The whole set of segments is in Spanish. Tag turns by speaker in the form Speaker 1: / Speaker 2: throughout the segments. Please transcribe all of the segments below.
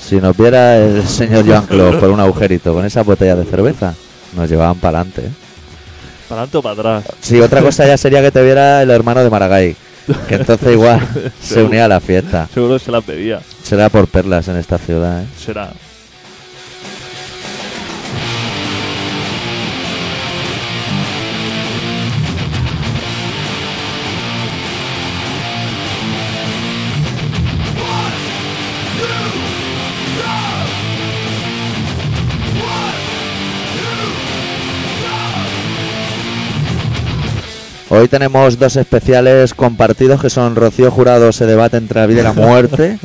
Speaker 1: Si nos viera el señor Joan Claus por un agujerito con esa botella de cerveza, nos llevaban para adelante.
Speaker 2: Para adelante o para atrás.
Speaker 1: Sí, otra cosa ya sería que te viera el hermano de Maragall, que entonces igual se
Speaker 2: Seguro.
Speaker 1: unía a la fiesta.
Speaker 2: Seguro que se las bebía.
Speaker 1: Será por perlas en esta ciudad, ¿eh?
Speaker 2: Será.
Speaker 1: Hoy tenemos dos especiales compartidos que son Rocío Jurado se debate entre la vida y la muerte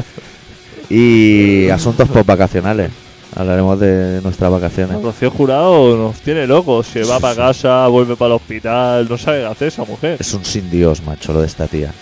Speaker 1: y asuntos postvacacionales. Hablaremos de nuestras vacaciones.
Speaker 2: Rocío Jurado nos tiene locos. Se va para casa, vuelve para el hospital. No sabe qué hacer esa mujer.
Speaker 1: Es un sin Dios, macho, lo de esta tía.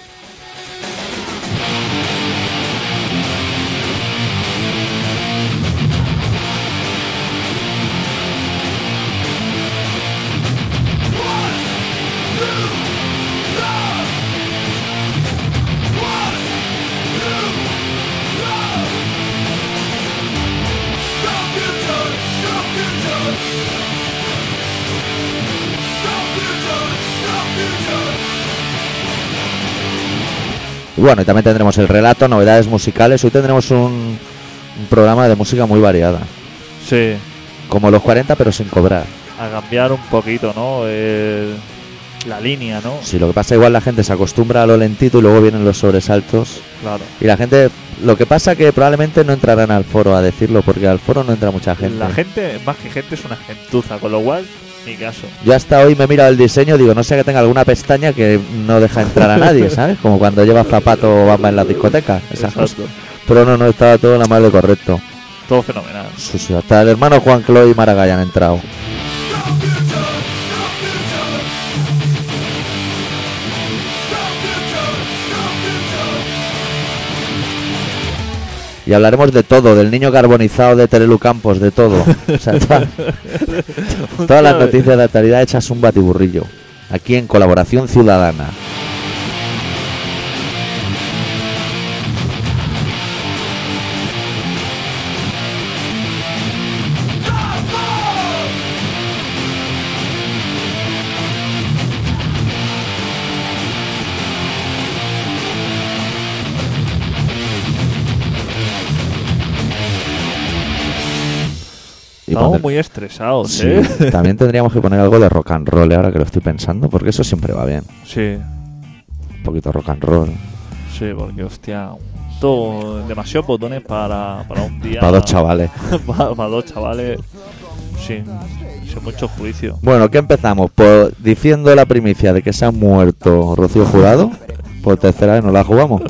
Speaker 1: Y bueno, y también tendremos el relato, novedades musicales. Hoy tendremos un, un programa de música muy variada.
Speaker 2: Sí.
Speaker 1: Como los 40, pero sin cobrar.
Speaker 2: A cambiar un poquito, ¿no? El- La línea, ¿no?
Speaker 1: Si lo que pasa, igual la gente se acostumbra a lo lentito y luego vienen los sobresaltos.
Speaker 2: Claro.
Speaker 1: Y la gente, lo que pasa que probablemente no entrarán al foro a decirlo, porque al foro no entra mucha gente.
Speaker 2: La gente, más que gente, es una gentuza. Con lo cual, ni caso.
Speaker 1: Yo hasta hoy me he mirado el diseño, digo, no sea que tenga alguna pestaña que no deja entrar a nadie, ¿sabes? Como cuando lleva zapato o bamba en la discoteca. esas cosas.
Speaker 2: Exacto.
Speaker 1: Pero no, no, estaba todo la más de correcto.
Speaker 2: Todo fenomenal.
Speaker 1: Sí, sí, hasta el hermano Juan Cloy y Maragall han entrado. Y hablaremos de todo, del niño carbonizado de Terelu Campos, de todo. O sea, toda- todas las noticias de la actualidad hechas un batiburrillo. Aquí en Colaboración Ciudadana. Y
Speaker 2: Estamos
Speaker 1: pondré-
Speaker 2: muy estresados,
Speaker 1: Sí,
Speaker 2: ¿eh?
Speaker 1: También tendríamos que poner algo de rock and roll ahora que lo estoy pensando, porque eso siempre va bien.
Speaker 2: Sí.
Speaker 1: Un poquito rock and roll.
Speaker 2: Sí, porque, hostia. Todo, demasiados botones para, para un día.
Speaker 1: Para dos chavales.
Speaker 2: para, para dos chavales. Sin, sin mucho juicio.
Speaker 1: Bueno, ¿qué empezamos? Por diciendo la primicia de que se ha muerto Rocío Jurado. Por tercera vez nos la jugamos.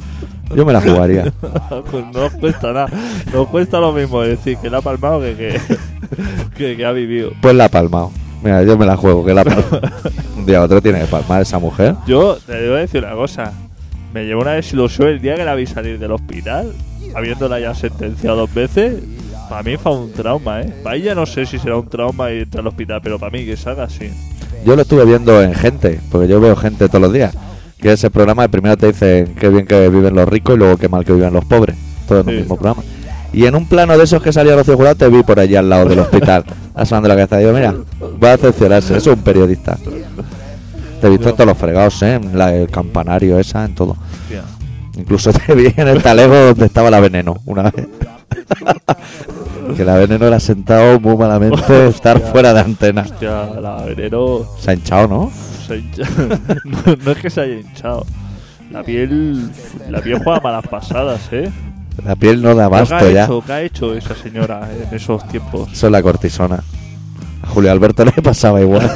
Speaker 1: Yo me la jugaría.
Speaker 2: pues no os cuesta nada. Nos cuesta lo mismo decir que la ha palmado que que, que, que ha vivido.
Speaker 1: Pues la ha palmado. Mira, yo me la juego, que la ha palmado. Un día u otro tiene que palmar esa mujer.
Speaker 2: Yo te debo decir una cosa. Me llevó una desilusión el día que la vi salir del hospital, habiéndola ya sentenciado dos veces. Para mí fue un trauma, ¿eh? Para ella no sé si será un trauma y entrar al hospital, pero para mí que salga así.
Speaker 1: Yo lo estuve viendo en gente, porque yo veo gente todos los días. Que ese programa, que primero te dicen qué bien que viven los ricos y luego qué mal que viven los pobres. Todo en el
Speaker 2: Sí.
Speaker 1: mismo programa. Y en un plano de esos que salía Rocío Jurado, te vi por allí al lado del hospital, asomando la cabeza. Digo, mira, va a decepcionarse, eso es un periodista. Te he visto en todos los fregados, ¿eh? En la- el campanario, esa, en todo.
Speaker 2: Hostia.
Speaker 1: Incluso te vi en el talego donde estaba la veneno, una vez. que la veneno la ha sentado muy malamente estar fuera de antena.
Speaker 2: Hostia, la veneno
Speaker 1: Se ha hinchado, ¿no?
Speaker 2: se ha hinchado. no, no es que se haya hinchado. La piel. La piel juega malas pasadas, ¿eh?
Speaker 1: La piel no da
Speaker 2: ¿Qué
Speaker 1: basto
Speaker 2: ha,
Speaker 1: ya.
Speaker 2: hecho, ¿Qué ha hecho esa señora en esos tiempos?
Speaker 1: Eso es la cortisona. A Julio Alberto le pasaba igual.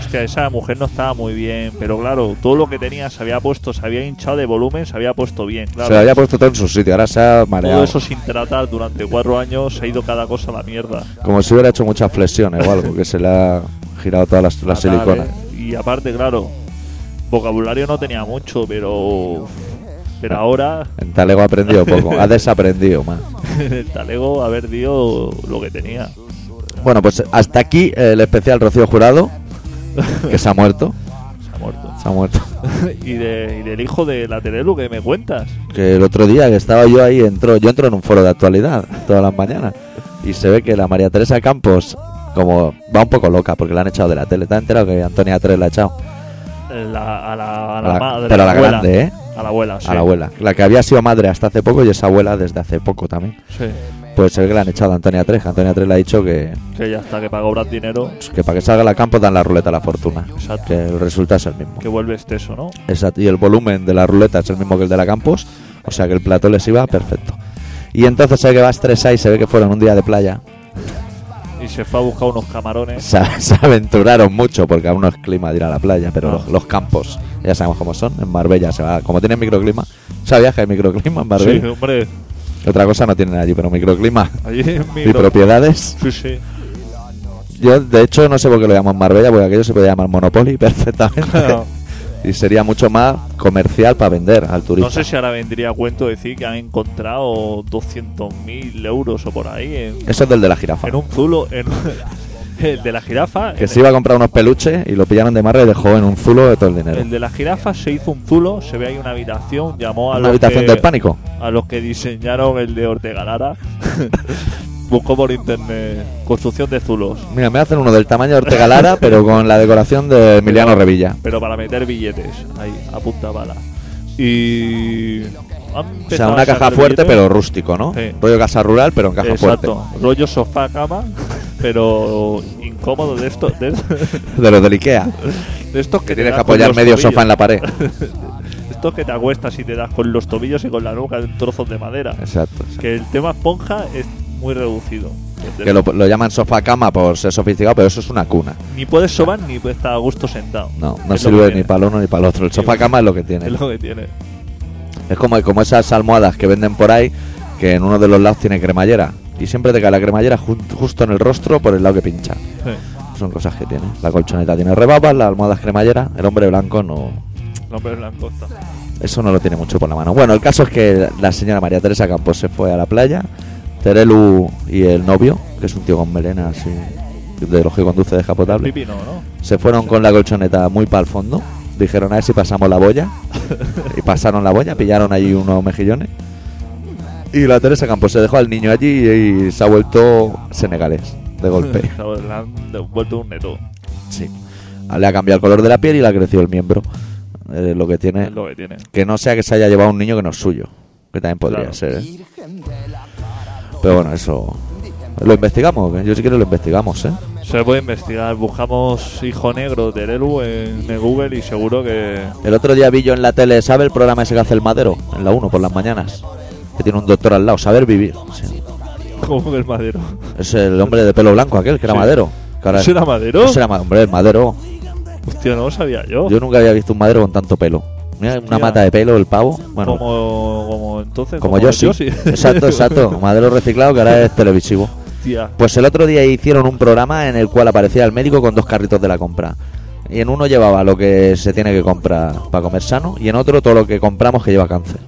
Speaker 2: Hostia, esa mujer no estaba muy bien, pero claro, todo lo que tenía se había puesto, se había hinchado de volumen, se había puesto bien, claro.
Speaker 1: Se lo había puesto todo en su sitio, ahora se ha
Speaker 2: todo
Speaker 1: mareado.
Speaker 2: eso sin tratar durante cuatro años se ha ido cada cosa a la mierda.
Speaker 1: Como si hubiera hecho muchas flexiones o algo, que se le ha girado todas las, las
Speaker 2: Fatal,
Speaker 1: siliconas.
Speaker 2: ¿eh? Y aparte, claro, vocabulario no tenía mucho, pero. Pero ahora,
Speaker 1: En Talego ha aprendido poco, ha desaprendido más.
Speaker 2: en el talego, haber dio lo que tenía.
Speaker 1: Bueno, pues hasta aquí el especial Rocío Jurado, que se ha muerto.
Speaker 2: Se ha muerto.
Speaker 1: Se ha muerto.
Speaker 2: y, de- y del hijo de la Terelu que me cuentas.
Speaker 1: Que el otro día que estaba yo ahí, entró, yo entro en un foro de actualidad todas las mañanas y se ve que la María Teresa Campos, como va un poco loca porque la han echado de la tele, ¿te has enterado que Antonia 3 la ha echado?
Speaker 2: La- a la, a
Speaker 1: A
Speaker 2: la,
Speaker 1: la-
Speaker 2: madre.
Speaker 1: pero a la
Speaker 2: abuela.
Speaker 1: grande, ¿eh?
Speaker 2: A la abuela, sí.
Speaker 1: A la abuela, la que había sido madre hasta hace poco y es abuela desde hace poco también.
Speaker 2: Sí.
Speaker 1: Pues se ve que la han echado a Antonia 3, Antonia 3 le ha dicho que,
Speaker 2: Que ya está, que para cobrar dinero,
Speaker 1: que para que salga la Campos dan la ruleta a la fortuna.
Speaker 2: Exacto.
Speaker 1: Que el resultado es el mismo.
Speaker 2: que vuelve exceso, ¿no?
Speaker 1: Exacto, y el volumen de la ruleta es el mismo que el de la Campos, o sea que el plato les iba perfecto. Y entonces se ve que va estresada y se ve que fueron un día de playa.
Speaker 2: Y se fue a buscar unos camarones.
Speaker 1: Se, se aventuraron mucho porque aún no es clima de ir a la playa, pero
Speaker 2: Ah.
Speaker 1: los, los campos ya sabemos cómo son. En Marbella se va, como tienen microclima, ¿sabías que hay microclima en
Speaker 2: Sí,
Speaker 1: Marbella?
Speaker 2: hombre.
Speaker 1: Otra cosa no tienen allí, pero microclima
Speaker 2: Allí en mi
Speaker 1: y propiedades.
Speaker 2: Sí, sí.
Speaker 1: Yo, de hecho, no sé por qué lo llaman Marbella, porque aquello se puede llamar Monopoly perfectamente.
Speaker 2: No.
Speaker 1: y sería mucho más comercial para vender al turista.
Speaker 2: No sé si ahora vendría a cuento decir que han encontrado 200.000 euros o por ahí en,
Speaker 1: Eso es del de la jirafa.
Speaker 2: en un zulo. En, el de la jirafa.
Speaker 1: Que
Speaker 2: en
Speaker 1: se iba a comprar unos peluches y lo pillaron de marra y dejó en un zulo de todo el
Speaker 2: el,
Speaker 1: dinero.
Speaker 2: el de la jirafa se hizo un zulo, se ve ahí una habitación, llamó a
Speaker 1: Una
Speaker 2: los
Speaker 1: habitación
Speaker 2: que-
Speaker 1: del pánico.
Speaker 2: a los que diseñaron el de Ortega Lara. Buscó por internet construcción de zulos,
Speaker 1: Mira, me hacen uno del tamaño de Ortega Lara, pero con la decoración de Emiliano Revilla.
Speaker 2: pero para meter billetes, ahí, a punta bala. Y. han
Speaker 1: O sea,
Speaker 2: empezado
Speaker 1: una
Speaker 2: a
Speaker 1: caja
Speaker 2: sacar
Speaker 1: fuerte,
Speaker 2: billetes.
Speaker 1: pero rústico, ¿no?
Speaker 2: Sí.
Speaker 1: Rollo casa rural, pero en caja
Speaker 2: Exacto, rollo sofá cama, pero incómodo de estos de,
Speaker 1: fuerte. De los del Ikea.
Speaker 2: de estos que,
Speaker 1: Que
Speaker 2: te
Speaker 1: tienes
Speaker 2: das
Speaker 1: que
Speaker 2: con
Speaker 1: apoyar
Speaker 2: los
Speaker 1: medio
Speaker 2: tobillos.
Speaker 1: sofá en la pared.
Speaker 2: Estos que te acuestas y te das con los tobillos y con la nuca en trozos de madera.
Speaker 1: Exacto. exacto.
Speaker 2: Que el tema esponja es muy reducido.
Speaker 1: Que lo, lo llaman sofá cama por ser sofisticado, pero eso es una cuna.
Speaker 2: Ni puedes sobar ni puedes estar a gusto sentado.
Speaker 1: No, no
Speaker 2: Es lo que
Speaker 1: sirve
Speaker 2: tiene.
Speaker 1: ni para el uno ni para el otro. El sofá cama es lo que tiene.
Speaker 2: Es lo que tiene.
Speaker 1: Es como, como esas almohadas que venden por ahí, que en uno de los lados tiene cremallera. Y siempre te cae la cremallera jun- justo en el rostro por el lado que pincha.
Speaker 2: Sí.
Speaker 1: Son cosas que tiene. La colchoneta tiene rebabas, las almohadas cremallera. El hombre blanco no.
Speaker 2: El hombre blanco está.
Speaker 1: Eso no lo tiene mucho por la mano. Bueno, el caso es que la señora María Teresa Campos se fue a la playa. Terelu y el novio, que es un tío con melena así, de los que conduce descapotable,
Speaker 2: Pipi no, ¿no?
Speaker 1: se fueron con la colchoneta muy para el fondo. Dijeron a ver si pasamos la boya. y pasaron la boya, pillaron allí unos mejillones. Y la Teresa Campos se dejó al niño allí y, y se ha vuelto senegalés, de golpe.
Speaker 2: Claro, le han devuelto un neto.
Speaker 1: Sí. Le ha cambiado el color de la piel y le ha crecido el miembro. Eh, lo que tiene.
Speaker 2: Es lo que tiene.
Speaker 1: Que no sea que se haya llevado un niño que no es suyo. Que también podría
Speaker 2: Claro.
Speaker 1: ser. ¿eh? Pero bueno, eso. Lo investigamos. que Yo si quiero lo investigamos, ¿eh?
Speaker 2: Se puede investigar. Buscamos hijo negro de Lelu en el Google y seguro que.
Speaker 1: El otro día vi yo en la tele, ¿sabe el programa ese que hace el madero? En la 1 por las mañanas. Que tiene un doctor al lado, saber vivir. Sí.
Speaker 2: Como que el madero.
Speaker 1: Es el hombre de pelo blanco aquel, que era
Speaker 2: Sí.
Speaker 1: madero. Que ahora-
Speaker 2: ¿Eso era madero?
Speaker 1: Ese era ma- hombre, el madero.
Speaker 2: Hostia, no lo sabía yo.
Speaker 1: Yo nunca había visto un madero con tanto pelo. Mira, una
Speaker 2: Hostia.
Speaker 1: mata de pelo, el pavo. Bueno,
Speaker 2: como, como entonces.
Speaker 1: Como yo sí. Exacto, exacto. Madero reciclado que ahora es televisivo.
Speaker 2: Hostia.
Speaker 1: Pues el otro día hicieron un programa en el cual aparecía el médico con dos carritos de la compra. Y en uno llevaba lo que se tiene que comprar para comer sano y en otro todo lo que compramos que lleva cáncer.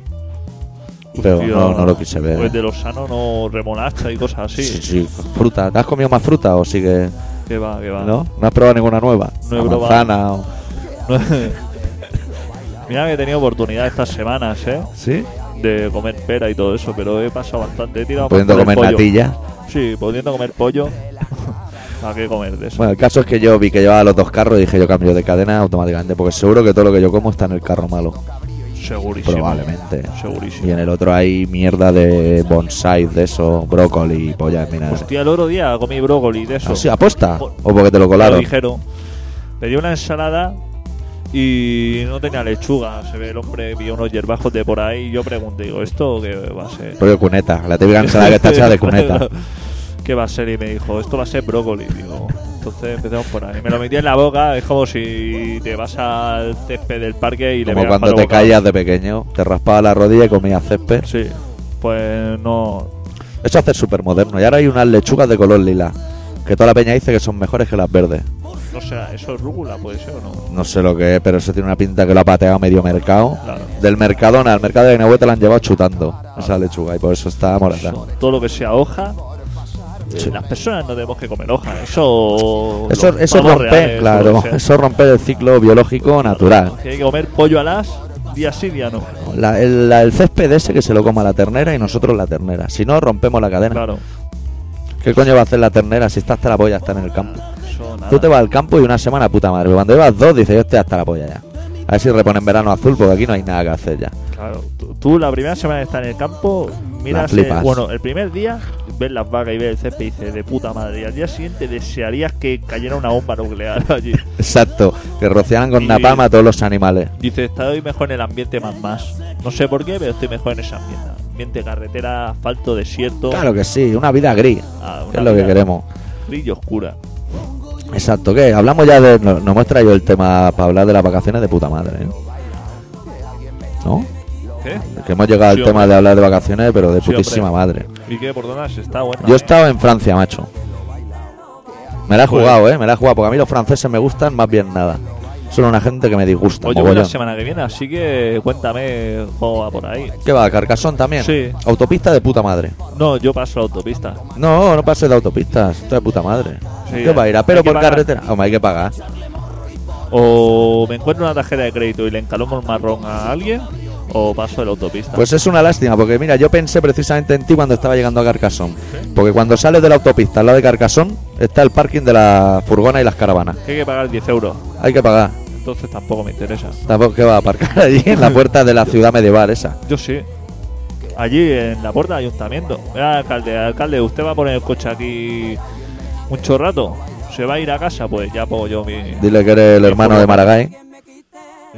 Speaker 1: Pero
Speaker 2: Hostia.
Speaker 1: no, no lo quise ver.
Speaker 2: Pues de los sanos no remolacha y cosas así.
Speaker 1: Sí, sí, fruta. ¿Te has comido más fruta o sigue?
Speaker 2: Que va, que va.
Speaker 1: ¿No? ¿No has probado ninguna nueva?
Speaker 2: No he
Speaker 1: La
Speaker 2: probado.
Speaker 1: manzana o-
Speaker 2: Mira que he tenido oportunidad estas semanas, ¿eh?
Speaker 1: ¿Sí?
Speaker 2: De comer pera y todo eso, pero he pasado bastante. He tirado
Speaker 1: Pudiendo
Speaker 2: bastante
Speaker 1: comer
Speaker 2: el pollo.
Speaker 1: natilla.
Speaker 2: Sí, pudiendo comer pollo. ¿Para qué comer de eso?
Speaker 1: Bueno, el caso es que yo vi que llevaba los dos carros y dije yo cambio de cadena automáticamente porque seguro que todo lo que yo como está en el carro malo.
Speaker 2: Segurísimo.
Speaker 1: Probablemente.
Speaker 2: Segurísimo.
Speaker 1: Y en el otro hay mierda de bonsai, de eso, brócoli, polla, mira.
Speaker 2: Hostia, el otro día comí brócoli de eso.
Speaker 1: ¿Así aposta? ¿O porque te lo
Speaker 2: Lo
Speaker 1: Ah, colaron?
Speaker 2: dijeron. Pedí una ensalada y no tenía lechuga. Se ve el hombre, vio unos hierbajos de por ahí y yo pregunté, digo, ¿esto qué va a ser?
Speaker 1: Rollo cuneta, la típica ensalada que está hecha de cuneta.
Speaker 2: ¿Qué va a ser? Y me dijo, esto va a ser brócoli. Digo, entonces empezamos por ahí. Me lo metí en la boca, es como si te vas al césped del parque y le
Speaker 1: Como
Speaker 2: pegas
Speaker 1: cuando
Speaker 2: palo
Speaker 1: te
Speaker 2: bocado.
Speaker 1: caías de pequeño, te raspaba la rodilla y comías césped.
Speaker 2: Sí, pues no.
Speaker 1: Eso hace súper moderno. Y ahora hay unas lechugas de color lila, que toda la peña dice que son mejores que las verdes.
Speaker 2: No sé, eso es rúcula, puede ser o no.
Speaker 1: No sé lo que es, pero eso tiene una pinta que lo ha pateado medio mercado.
Speaker 2: Claro.
Speaker 1: Del Mercadona al mercado de Agnehuete la han llevado chutando esa lechuga y por eso está morada.
Speaker 2: Eso, Todo lo que sea hoja,
Speaker 1: Sí.
Speaker 2: Las personas no tenemos que comer hojas. Eso.
Speaker 1: Eso,
Speaker 2: los
Speaker 1: eso
Speaker 2: pavos
Speaker 1: rompe,
Speaker 2: reales,
Speaker 1: claro,
Speaker 2: o sea,
Speaker 1: eso rompe el ciclo biológico natural.
Speaker 2: que hay que comer pollo a las día sí, día no.
Speaker 1: La- el, la- el césped ese que se lo coma la ternera y nosotros la ternera. Si no, rompemos la cadena.
Speaker 2: Claro.
Speaker 1: ¿Qué coño va a hacer la ternera si está hasta la polla, está en el campo?
Speaker 2: Eso nada.
Speaker 1: Tú te vas al campo y una semana puta madre. pero Cuando llevas dos, dices, yo estoy hasta la polla ya. A ver si reponen verano azul, porque aquí no hay nada que hacer ya.
Speaker 2: Claro, tú, tú la primera semana que estás en el campo, miras, eh,
Speaker 1: flipas.
Speaker 2: bueno, el primer día ves las vacas y ves el césped y dices, de puta madre, y al día siguiente desearías que cayera una bomba nuclear allí.
Speaker 1: Exacto, que rociaran con
Speaker 2: Y-
Speaker 1: napalm a todos los animales.
Speaker 2: Dices, estoy mejor en el ambiente más más. No sé por qué, pero estoy mejor en ese ambiente. Ambiente carretera, asfalto, desierto,
Speaker 1: Claro que sí, una vida gris,
Speaker 2: Ah,
Speaker 1: que
Speaker 2: una
Speaker 1: es lo que
Speaker 2: vida
Speaker 1: queremos.
Speaker 2: gris y oscura.
Speaker 1: Exacto, que hablamos ya de. No, no me he traído el tema para hablar de las vacaciones de puta madre. ¿eh? ¿No?
Speaker 2: ¿Qué?
Speaker 1: Que hemos llegado
Speaker 2: Sí,
Speaker 1: al tema
Speaker 2: hombre.
Speaker 1: de hablar de vacaciones, pero de
Speaker 2: Sí, hombre.
Speaker 1: putísima madre.
Speaker 2: ¿Y qué? Perdona, si está bueno.
Speaker 1: Yo he estado en Francia, macho. Me la he
Speaker 2: Joder.
Speaker 1: jugado, eh, me la he jugado, porque a mí los franceses me gustan más bien nada. Son una gente que me disgusta.
Speaker 2: Oye, voy
Speaker 1: mogollón.
Speaker 2: la semana que viene, así que cuéntame cómo va por ahí.
Speaker 1: ¿Qué va? ¿Carcasón también?
Speaker 2: Sí.
Speaker 1: Autopista de puta madre.
Speaker 2: No, yo paso la autopista.
Speaker 1: No, no pases de autopistas, esto de puta madre.
Speaker 2: Sí,
Speaker 1: ¿Qué va a ir? ¿A
Speaker 2: hay
Speaker 1: pero
Speaker 2: que
Speaker 1: por
Speaker 2: pagar.
Speaker 1: carretera? Hombre, hay que pagar.
Speaker 2: O me encuentro una tarjeta de crédito y le encalomo el marrón a alguien, o paso de la autopista.
Speaker 1: Pues es una lástima, porque mira, yo pensé precisamente en ti cuando estaba llegando a Carcasón. Porque cuando sales de la autopista al lado de Carcasón, está el parking de la furgona y las caravanas.
Speaker 2: que hay que pagar 10 euros,
Speaker 1: Hay que pagar.
Speaker 2: entonces tampoco me interesa.
Speaker 1: Tampoco que va a aparcar allí en la puerta de la ciudad medieval esa.
Speaker 2: Yo sí. Allí en la puerta del ayuntamiento. Mira, alcalde, alcalde, usted va a poner el coche aquí mucho rato. Se va a ir a casa, pues ya pongo yo mi.
Speaker 1: Dile que eres el hermano de Maragall. ¿eh?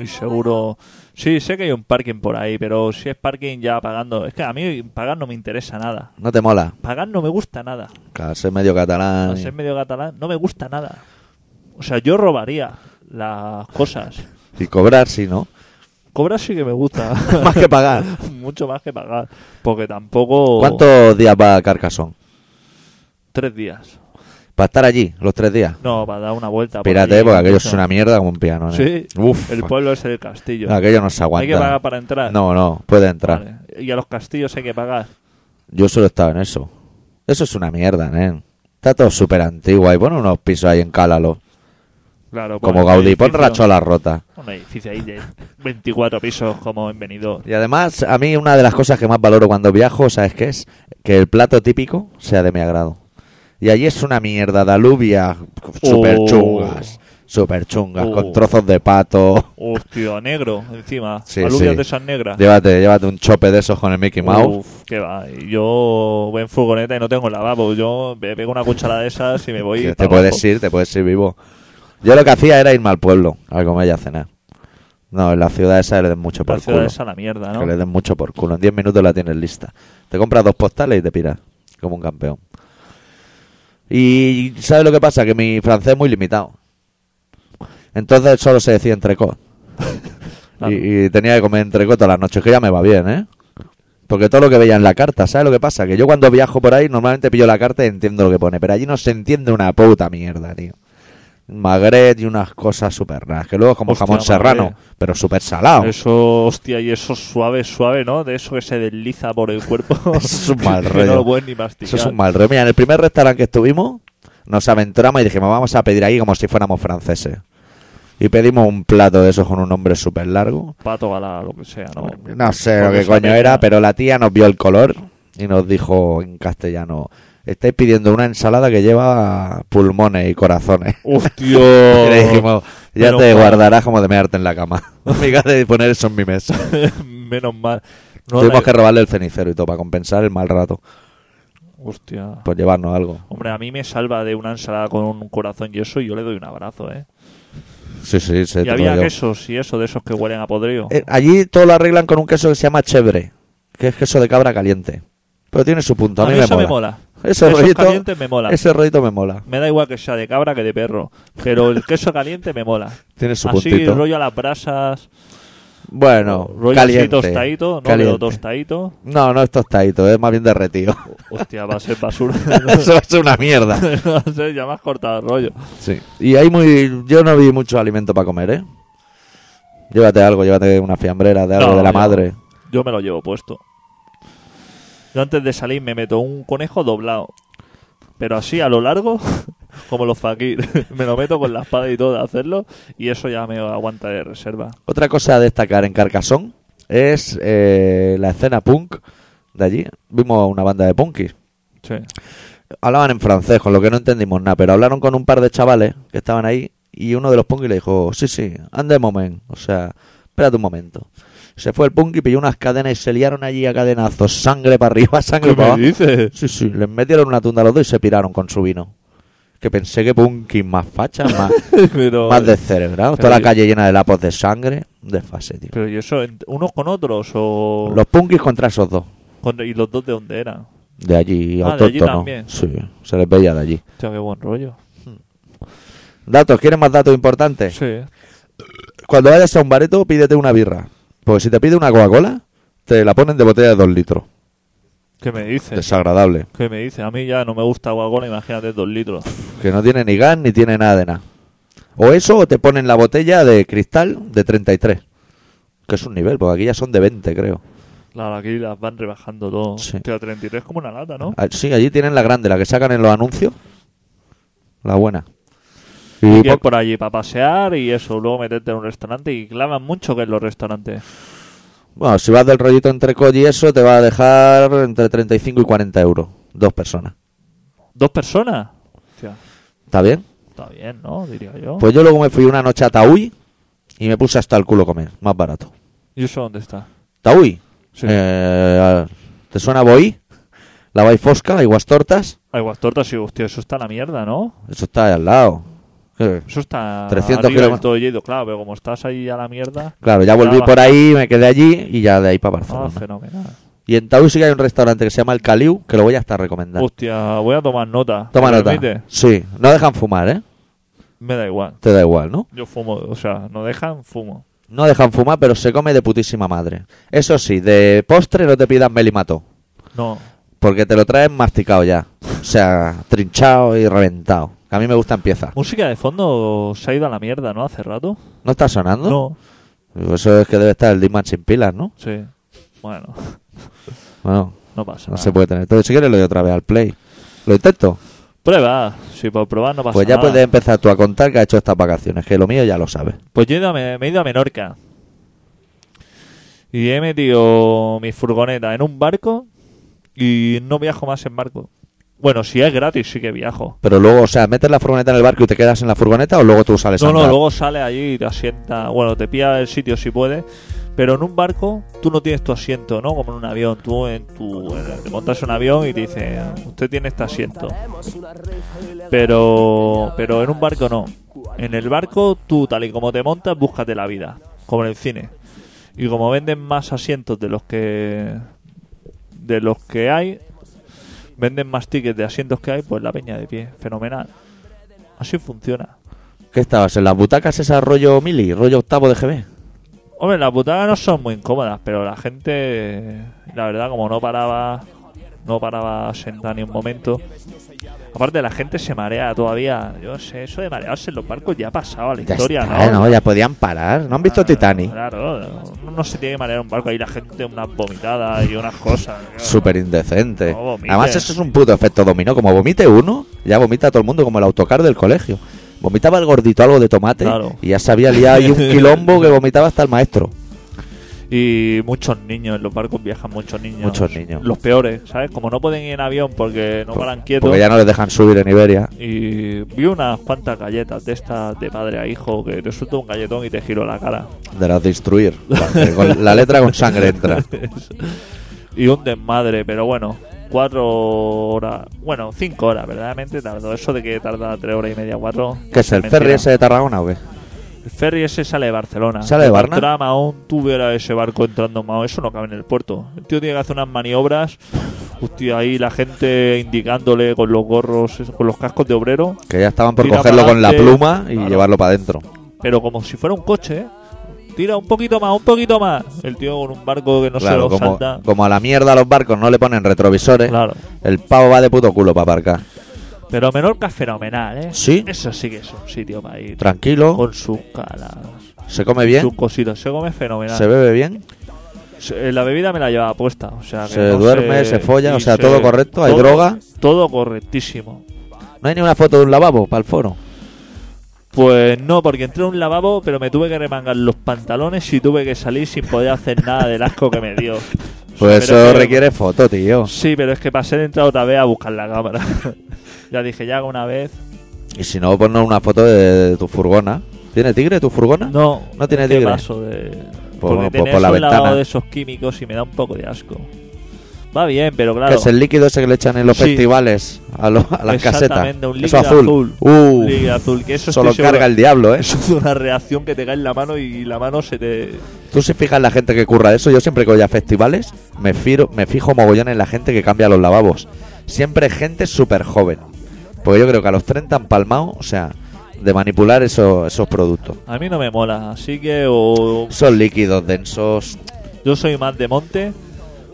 Speaker 2: Y seguro. Sí, sé que hay un parking por ahí, pero si es parking ya pagando. Es que a mí pagar no me interesa nada.
Speaker 1: No te mola.
Speaker 2: Pagar no me gusta nada.
Speaker 1: Claro, ser medio catalán.
Speaker 2: Al ser medio catalán, no me gusta nada. O sea, yo robaría las cosas.
Speaker 1: Y cobrar, sí, ¿no?
Speaker 2: Cobrar sí que me gusta.
Speaker 1: Más que pagar.
Speaker 2: Mucho más que pagar. Porque tampoco.
Speaker 1: ¿Cuántos días va a Carcasón?
Speaker 2: Tres días.
Speaker 1: Para estar allí, los tres días.
Speaker 2: No, para dar una vuelta. Ah, por
Speaker 1: Pírate,
Speaker 2: allí,
Speaker 1: porque aquello
Speaker 2: mucho.
Speaker 1: es una mierda como un piano. ¿eh?
Speaker 2: Sí.
Speaker 1: Uf.
Speaker 2: El pueblo es el castillo.
Speaker 1: aquello no se aguanta.
Speaker 2: Hay que pagar para entrar.
Speaker 1: No, no, puede entrar.
Speaker 2: Vale. Y a los castillos hay que pagar.
Speaker 1: Yo solo he estado en eso. Eso es una mierda, ¿eh? Está todo súper antiguo. Ahí pon unos pisos ahí en Cálalo.
Speaker 2: Claro. pues,
Speaker 1: Como
Speaker 2: un
Speaker 1: Gaudí. Pon
Speaker 2: edificio-
Speaker 1: racholas rotas.
Speaker 2: Un edificio ahí de 24 pisos como en Benidorm.
Speaker 1: Y además, a mí una de las cosas que más valoro cuando viajo, ¿sabes qué es? Que el plato típico sea de mi agrado. Y allí es una mierda de alubias super chungas. Super chungas,
Speaker 2: Oh.
Speaker 1: con trozos de pato.
Speaker 2: Hostia, negro encima.
Speaker 1: Sí,
Speaker 2: Alubias
Speaker 1: sí.
Speaker 2: de esas negras.
Speaker 1: Llévate, llévate un chope de esos con el
Speaker 2: Oh.
Speaker 1: Mickey Mouse.
Speaker 2: Uf, que va. Yo voy en furgoneta y no tengo lavabo. Yo me pego una cucharada de esas y me voy.
Speaker 1: que
Speaker 2: pa'
Speaker 1: te puedes
Speaker 2: abajo.
Speaker 1: ir, te puedes ir vivo. Yo lo que hacía era irme al pueblo a comer y a cenar. No, en la ciudad esa le den mucho
Speaker 2: La
Speaker 1: por
Speaker 2: ciudad
Speaker 1: culo.
Speaker 2: es a la mierda,
Speaker 1: Que le
Speaker 2: ¿no?
Speaker 1: den mucho por culo. En 10 minutos la tienes lista. Te compras dos postales y te piras. Como un campeón. Y ¿sabes lo que pasa? Que mi francés es muy limitado. Entonces solo se decía entrecot.
Speaker 2: Claro.
Speaker 1: y, y tenía que comer entrecot todas las noches, que ya me va bien, ¿eh? Porque todo lo que veía en la carta, ¿sabes lo que pasa? Que yo cuando viajo por ahí normalmente pillo la carta y entiendo lo que pone, pero allí no se entiende una puta mierda, tío. Magret y unas cosas súper raras, que luego es como
Speaker 2: Hostia,
Speaker 1: jamón serrano,
Speaker 2: magret.
Speaker 1: pero súper salado.
Speaker 2: Eso, hostia, y eso suave, suave, ¿no? De eso que se desliza por el cuerpo.
Speaker 1: Es un mal
Speaker 2: Que
Speaker 1: rollo.
Speaker 2: No lo puedes ni masticar.
Speaker 1: Eso es un mal rollo. Mira, en el primer restaurante que estuvimos, nos aventuramos y dijimos, vamos a pedir ahí como si fuéramos franceses. Y pedimos un plato de esos con un nombre súper largo.
Speaker 2: Pato galá, lo que sea, ¿no?
Speaker 1: No sé lo
Speaker 2: Porque
Speaker 1: que
Speaker 2: se
Speaker 1: coño
Speaker 2: apellida.
Speaker 1: era, pero la tía nos vio el color y nos dijo en castellano, estáis pidiendo una ensalada que lleva pulmones y corazones. Y le
Speaker 2: ¡Hostia!
Speaker 1: dijimos, ya
Speaker 2: Pero
Speaker 1: te
Speaker 2: bueno.
Speaker 1: guardarás como de mearte en la cama. Amiga de poner eso en mi mesa.
Speaker 2: Menos mal. No,
Speaker 1: Tuvimos
Speaker 2: la-
Speaker 1: que robarle el cenicero y todo para compensar el mal rato,
Speaker 2: Hostia.
Speaker 1: por llevarnos algo.
Speaker 2: Hombre, a mí me salva de una ensalada con un corazón y eso, y yo le doy un abrazo, ¿eh?
Speaker 1: Sí, sí, sí. te
Speaker 2: y
Speaker 1: lo
Speaker 2: había
Speaker 1: digo.
Speaker 2: quesos y eso, de esos que huelen a podrido.
Speaker 1: Este Eh, allí todo lo arreglan con un queso que se llama chevre, que es queso de cabra caliente. Pero tiene su punto, a mí, me,
Speaker 2: eso
Speaker 1: mola.
Speaker 2: me mola.
Speaker 1: Ese
Speaker 2: Quesos
Speaker 1: rollito-
Speaker 2: calientes me mola.
Speaker 1: Ese rollito me mola.
Speaker 2: Me da igual que sea de cabra que de perro, pero el queso caliente me mola.
Speaker 1: Tiene su
Speaker 2: así,
Speaker 1: puntito.
Speaker 2: rollo a las brasas,
Speaker 1: bueno,
Speaker 2: rollo
Speaker 1: caliente.
Speaker 2: así tostadito, no
Speaker 1: caliente.
Speaker 2: pero tostadito.
Speaker 1: No, no es tostadito, es más bien derretido.
Speaker 2: Hostia, va a ser basura.
Speaker 1: Eso va a ser una mierda.
Speaker 2: no sé, ya me has cortado el rollo.
Speaker 1: Sí. Y ahí muy. Yo no vi mucho alimento para comer, ¿eh? Llévate algo, llévate una fiambrera de algo
Speaker 2: No,
Speaker 1: de la
Speaker 2: yo-
Speaker 1: madre.
Speaker 2: Yo me lo llevo puesto. Yo antes de salir me meto un conejo doblado. Pero así a lo largo, como los fakir, me lo meto con la espada y todo de hacerlo y eso ya me aguanta de reserva.
Speaker 1: Otra cosa a destacar en Carcasón es eh, la escena punk de allí. Vimos una banda de punkis.
Speaker 2: Sí.
Speaker 1: Hablaban en francés, con lo que no entendimos nada, pero hablaron con un par de chavales que estaban ahí y uno de los punkis le dijo, sí, sí, ande moment, o sea, espérate un momento. Se fue el punk y pilló unas cadenas y se liaron allí a cadenazos, sangre para arriba, sangre
Speaker 2: ¿Qué
Speaker 1: para
Speaker 2: me
Speaker 1: abajo.
Speaker 2: dices?
Speaker 1: Sí, sí, les metieron una tunda a los dos y se piraron con su vino. Que pensé que punkin más facha, más,
Speaker 2: Pero,
Speaker 1: más descerebrados.
Speaker 2: Pero
Speaker 1: Toda la
Speaker 2: yo-
Speaker 1: calle llena de lapos de sangre, desfase, tío.
Speaker 2: pero ¿y eso en- unos con otros o
Speaker 1: Los punkis contra esos dos.
Speaker 2: con- y los dos de dónde eran?
Speaker 1: De allí,
Speaker 2: Ah, de allí
Speaker 1: autóctonos.
Speaker 2: también.
Speaker 1: Sí, se les veía de allí.
Speaker 2: Hostia, qué buen rollo.
Speaker 1: Datos, ¿quieres más datos importantes?
Speaker 2: Sí. ¿eh?
Speaker 1: Cuando vayas a un bareto, pídete una birra. Porque si te pide una Coca-Cola, te la ponen de botella de dos litros.
Speaker 2: ¿Qué me dices?
Speaker 1: Desagradable.
Speaker 2: ¿Qué me dices? A mí ya no me gusta Coca-Cola, imagínate dos litros.
Speaker 1: Que no tiene ni gas ni tiene nada de nada. O eso, o te ponen la botella de cristal de 33. Que es un nivel, porque aquí ya son de 20, creo.
Speaker 2: Claro, aquí las van rebajando todo.
Speaker 1: Sí.
Speaker 2: Hostia, 33 como una lata, ¿no?
Speaker 1: Ah, Sí, allí tienen la grande, la que sacan en los anuncios. La buena.
Speaker 2: Y
Speaker 1: Y
Speaker 2: que
Speaker 1: po-
Speaker 2: por allí para pasear y eso, luego meterte en un restaurante y claman mucho que en los restaurantes.
Speaker 1: bueno, si vas del rollito entre coll y eso, te va a dejar entre 35 y 40 euros. Dos personas.
Speaker 2: ¿Dos personas? Hostia,
Speaker 1: ¿Está bien?
Speaker 2: está bien, ¿no? Diría yo.
Speaker 1: Pues yo luego me fui una noche a Taúi y me puse hasta el culo a comer, más barato.
Speaker 2: ¿Y eso dónde está?
Speaker 1: Taúi.
Speaker 2: Sí.
Speaker 1: eh, ¿Te suena Boí? La Bay Fosca, Aguas Tortas.
Speaker 2: Aguas tortas y hostia, eso está a la mierda, ¿no?
Speaker 1: Eso está ahí al lado. Eh,
Speaker 2: Eso está
Speaker 1: 300
Speaker 2: arriba del
Speaker 1: kilómetros.
Speaker 2: todo Lledo, claro, pero como estás ahí a la mierda,
Speaker 1: Claro, ya volví
Speaker 2: Ah,
Speaker 1: por ahí, me quedé allí y ya de ahí para
Speaker 2: ah,
Speaker 1: Barcelona.
Speaker 2: fenomenal.
Speaker 1: Y en Taúi sí que hay un restaurante que se llama El Caliu, que lo voy a estar recomendando.
Speaker 2: Hostia, voy a tomar nota.
Speaker 1: Toma
Speaker 2: ¿Me
Speaker 1: nota.
Speaker 2: permite?
Speaker 1: Sí, no dejan fumar, ¿eh?
Speaker 2: Me da igual.
Speaker 1: Te da igual, ¿no?
Speaker 2: Yo fumo, o sea, no dejan, fumo.
Speaker 1: No dejan fumar, pero se come de putísima madre. Eso sí, de postre no te pidas melimato,
Speaker 2: No,
Speaker 1: porque te lo traen masticado ya. O sea, trinchado y reventado. A mí me gustan piezas.
Speaker 2: Música de fondo se ha ido a la mierda, ¿no? Hace rato.
Speaker 1: ¿No está sonando? Pues
Speaker 2: No.
Speaker 1: Eso es que debe estar el Disman sin pilas, ¿no?
Speaker 2: Sí. Bueno,
Speaker 1: Bueno,
Speaker 2: no pasa
Speaker 1: no
Speaker 2: nada.
Speaker 1: se puede tener. Entonces, si quieres, le doy otra vez al play. Lo intento.
Speaker 2: Prueba. Si por probar no pasa
Speaker 1: pues ya
Speaker 2: nada.
Speaker 1: puedes empezar tú a contar que has hecho estas vacaciones, que lo mío ya lo sabes.
Speaker 2: Pues yo he ido a Me me he ido a Menorca. Y he metido mi furgoneta en un barco y no viajo más en barco. Bueno, si es gratis sí que viajo.
Speaker 1: Pero luego, o sea, metes la furgoneta en el barco y te quedas en la furgoneta o luego tú sales a
Speaker 2: No, no,
Speaker 1: andar?
Speaker 2: luego sale allí y te asienta. Bueno, te pilla el sitio si puedes. Pero en un barco tú no tienes tu asiento, ¿no? Como en un avión. Tú en tu, en- te montas en un avión y te dicen, usted tiene este asiento. Pero, pero en un barco no. En el barco tú, tal y como te montas, búscate la vida. Como en el cine. Y como venden más asientos de los que de los que hay, venden más tickets de asientos que hay, pues la peña de pie. Fenomenal. Así funciona.
Speaker 1: ¿Qué estabas? ¿En las butacas ese rollo mili, rollo octavo de GB?
Speaker 2: Hombre, las butacas no son muy incómodas, pero la gente, la verdad, como no paraba, no paraba sentada ni un momento. Aparte, la gente se marea todavía. Yo no sé, eso de marearse en los barcos ya ha pasado a la
Speaker 1: Ya
Speaker 2: historia,
Speaker 1: está,
Speaker 2: ¿no?
Speaker 1: ¿no? Ya podían parar. ¿No han visto
Speaker 2: Ah,
Speaker 1: Titanic?
Speaker 2: Claro, uno no se tiene que marear en un barco. Ahí la gente, unas vomitadas y unas cosas.
Speaker 1: Súper indecente.
Speaker 2: No vomites.
Speaker 1: Además, eso es un puto efecto dominó. Como vomite uno, ya vomita todo el mundo, como el autocar del colegio. Vomitaba el gordito algo de tomate
Speaker 2: Claro.
Speaker 1: y ya se había liado ahí un quilombo que vomitaba hasta el maestro.
Speaker 2: Y muchos niños, en los barcos viajan muchos niños.
Speaker 1: Muchos niños.
Speaker 2: Los peores, ¿sabes? Como no pueden ir en avión porque no paran quietos.
Speaker 1: Porque ya no les dejan subir en Iberia.
Speaker 2: Y vi unas cuantas galletas de estas de padre a hijo que te suelto un galletón y te giro la cara.
Speaker 1: De las de instruir. Porque con la letra con sangre entra.
Speaker 2: Y un desmadre, pero bueno, cuatro horas, bueno, cinco horas, verdaderamente tardó. Eso de que tarda tres horas y media, cuatro.
Speaker 1: ¿Qué es el
Speaker 2: mentira.
Speaker 1: ferry ese de Tarragona o qué?
Speaker 2: El ferry ese sale de Barcelona.
Speaker 1: ¿Sale de Barna?
Speaker 2: Entra a Mahón, tú ver a ese barco entrando en Mahón, eso no cabe en el puerto. El tío tiene que hacer unas maniobras. Hostia, ahí la gente indicándole con los gorros, con los cascos de obrero.
Speaker 1: Que ya estaban por
Speaker 2: Tira
Speaker 1: cogerlo con la
Speaker 2: pa'lante.
Speaker 1: pluma y
Speaker 2: Claro.
Speaker 1: llevarlo para adentro.
Speaker 2: pero como si fuera un coche. ¿eh? Tira un poquito más, un poquito más. El tío con un barco que no
Speaker 1: claro,
Speaker 2: se lo
Speaker 1: como,
Speaker 2: salta.
Speaker 1: como a la mierda a los barcos no le ponen retrovisores,
Speaker 2: Claro.
Speaker 1: el pavo va de puto culo para aparcar.
Speaker 2: Pero Menorca es fenomenal, ¿eh?
Speaker 1: Sí.
Speaker 2: Eso sí que es un sitio para ir.
Speaker 1: Tranquilo,
Speaker 2: Con sus calas,
Speaker 1: se come bien,
Speaker 2: sus cositas. Se come fenomenal.
Speaker 1: se bebe bien,
Speaker 2: Se- eh, La bebida me la llevaba puesta. O sea, que
Speaker 1: se
Speaker 2: no
Speaker 1: duerme,
Speaker 2: sé-
Speaker 1: se folla,
Speaker 2: y
Speaker 1: o sea,
Speaker 2: se-
Speaker 1: todo correcto, hay
Speaker 2: todo-
Speaker 1: droga.
Speaker 2: Todo correctísimo.
Speaker 1: No hay ni una foto de un lavabo para el foro.
Speaker 2: Pues no, porque entré a un lavabo, pero me tuve que remangar los pantalones y tuve que salir sin poder hacer nada del asco que me dio.
Speaker 1: Pues
Speaker 2: Pero
Speaker 1: eso
Speaker 2: que-
Speaker 1: requiere foto, tío.
Speaker 2: Sí, pero es que pasé de entrar otra vez a buscar la cámara. ya dije, ya hago una vez.
Speaker 1: Y si no, ponnos una foto de, de tu furgona. ¿Tiene tigre tu furgona?
Speaker 2: No,
Speaker 1: No tiene
Speaker 2: es que
Speaker 1: tigre.
Speaker 2: paso de...
Speaker 1: bueno,
Speaker 2: porque
Speaker 1: pues
Speaker 2: tiene
Speaker 1: por la
Speaker 2: eso lavado
Speaker 1: ventana.
Speaker 2: de esos químicos y me da un poco de asco. Va bien, pero
Speaker 1: Que
Speaker 2: claro.
Speaker 1: es el líquido ese que le echan en los
Speaker 2: Sí.
Speaker 1: festivales a, lo- a las casetas.
Speaker 2: Exactamente, un
Speaker 1: eso
Speaker 2: líquido
Speaker 1: azul.
Speaker 2: azul.
Speaker 1: Uh,
Speaker 2: un líquido azul, que eso
Speaker 1: solo
Speaker 2: estoy seguro-
Speaker 1: carga el diablo, ¿eh?
Speaker 2: Eso es una reacción que te cae en la mano y la mano se te...
Speaker 1: Tú si fijas la gente que curra eso, yo siempre que voy a festivales me, firo- me fijo mogollón en la gente que cambia los lavabos. Siempre gente súper joven. Porque yo creo que a los 30 han palmado, o sea, de manipular eso- esos productos.
Speaker 2: A mí no me mola, así que o
Speaker 1: Son líquidos densos
Speaker 2: yo soy más de monte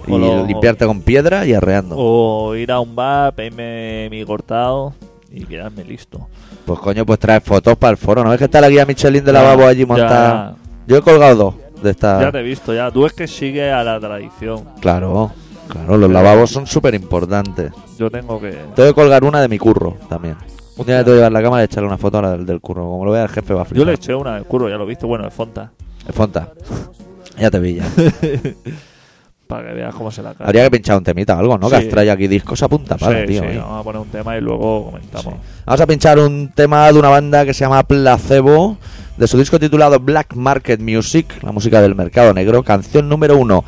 Speaker 1: y
Speaker 2: o, lo- Oh.
Speaker 1: limpiarte con piedra y arreando.
Speaker 2: o ir a un bar, pedirme mi cortado y quedarme listo.
Speaker 1: Pues coño, pues traes fotos para el foro. ¿No ves que está la guía Michelin de lavabo allí
Speaker 2: Ya,
Speaker 1: montada? Yo he colgado dos de
Speaker 2: Ya,
Speaker 1: estas.
Speaker 2: te he visto, ya. Tú es que sigue a la tradición.
Speaker 1: Claro, claro, los lavabos son súper importantes.
Speaker 2: Yo tengo que...
Speaker 1: Tengo que colgar una de mi curro también. Un día me tengo que llevar la cámara y echarle una foto a la del, del curro. Como lo vea el jefe va a
Speaker 2: Yo
Speaker 1: flipar.
Speaker 2: le eché una de curro, ya lo viste, bueno, de fonta.
Speaker 1: Eh, Fonta, ya te vi ya.
Speaker 2: Para que veas cómo se la cae.
Speaker 1: Habría que pinchar un temita o algo, ¿no? Que
Speaker 2: Sí.
Speaker 1: has traído aquí discos a punta para,
Speaker 2: sí,
Speaker 1: tío.
Speaker 2: sí,
Speaker 1: ¿eh?
Speaker 2: vamos a poner un tema y luego comentamos.
Speaker 1: Sí. Vamos a pinchar un tema de una banda que se llama Placebo, de su disco titulado Black Market Music, la música del mercado negro, canción número uno,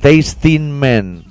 Speaker 1: Tasting Men.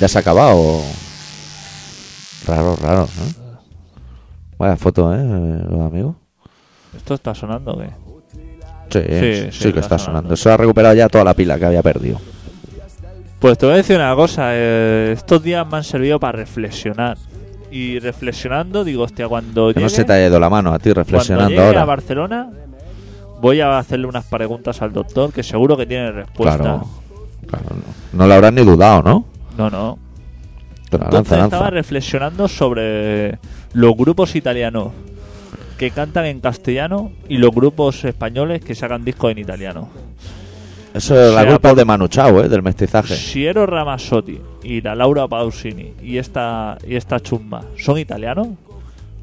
Speaker 1: ¿Ya se ha acabado? Raro, raro, ¿no? Vaya foto, ¿eh? Los amigos.
Speaker 2: ¿Esto está sonando o qué?
Speaker 1: Sí, sí,
Speaker 2: sí,
Speaker 1: que está sonando. Se ha recuperado ya toda la pila que había perdido.
Speaker 2: Pues te voy a decir una cosa, eh, estos días me han servido para reflexionar. Y reflexionando, digo, hostia, cuando
Speaker 1: Que
Speaker 2: llegue,
Speaker 1: no se te ha ido la mano a ti
Speaker 2: cuando
Speaker 1: reflexionando
Speaker 2: llegue a
Speaker 1: ahora.
Speaker 2: Barcelona, voy a hacerle unas preguntas al doctor que seguro que tiene respuesta.
Speaker 1: Claro. claro. no. No lo habrás ni dudado, ¿no?
Speaker 2: No, no.
Speaker 1: Pero
Speaker 2: Entonces
Speaker 1: lanza,
Speaker 2: estaba
Speaker 1: lanza.
Speaker 2: reflexionando sobre los grupos italianos que cantan en castellano y los grupos españoles que sacan discos en italiano.
Speaker 1: Eso es la
Speaker 2: se ha-
Speaker 1: culpa de Manu Chao, ¿eh? Del mestizaje.
Speaker 2: Siero Ramazzotti y la Laura Pausini y esta y esta chumba son italianos.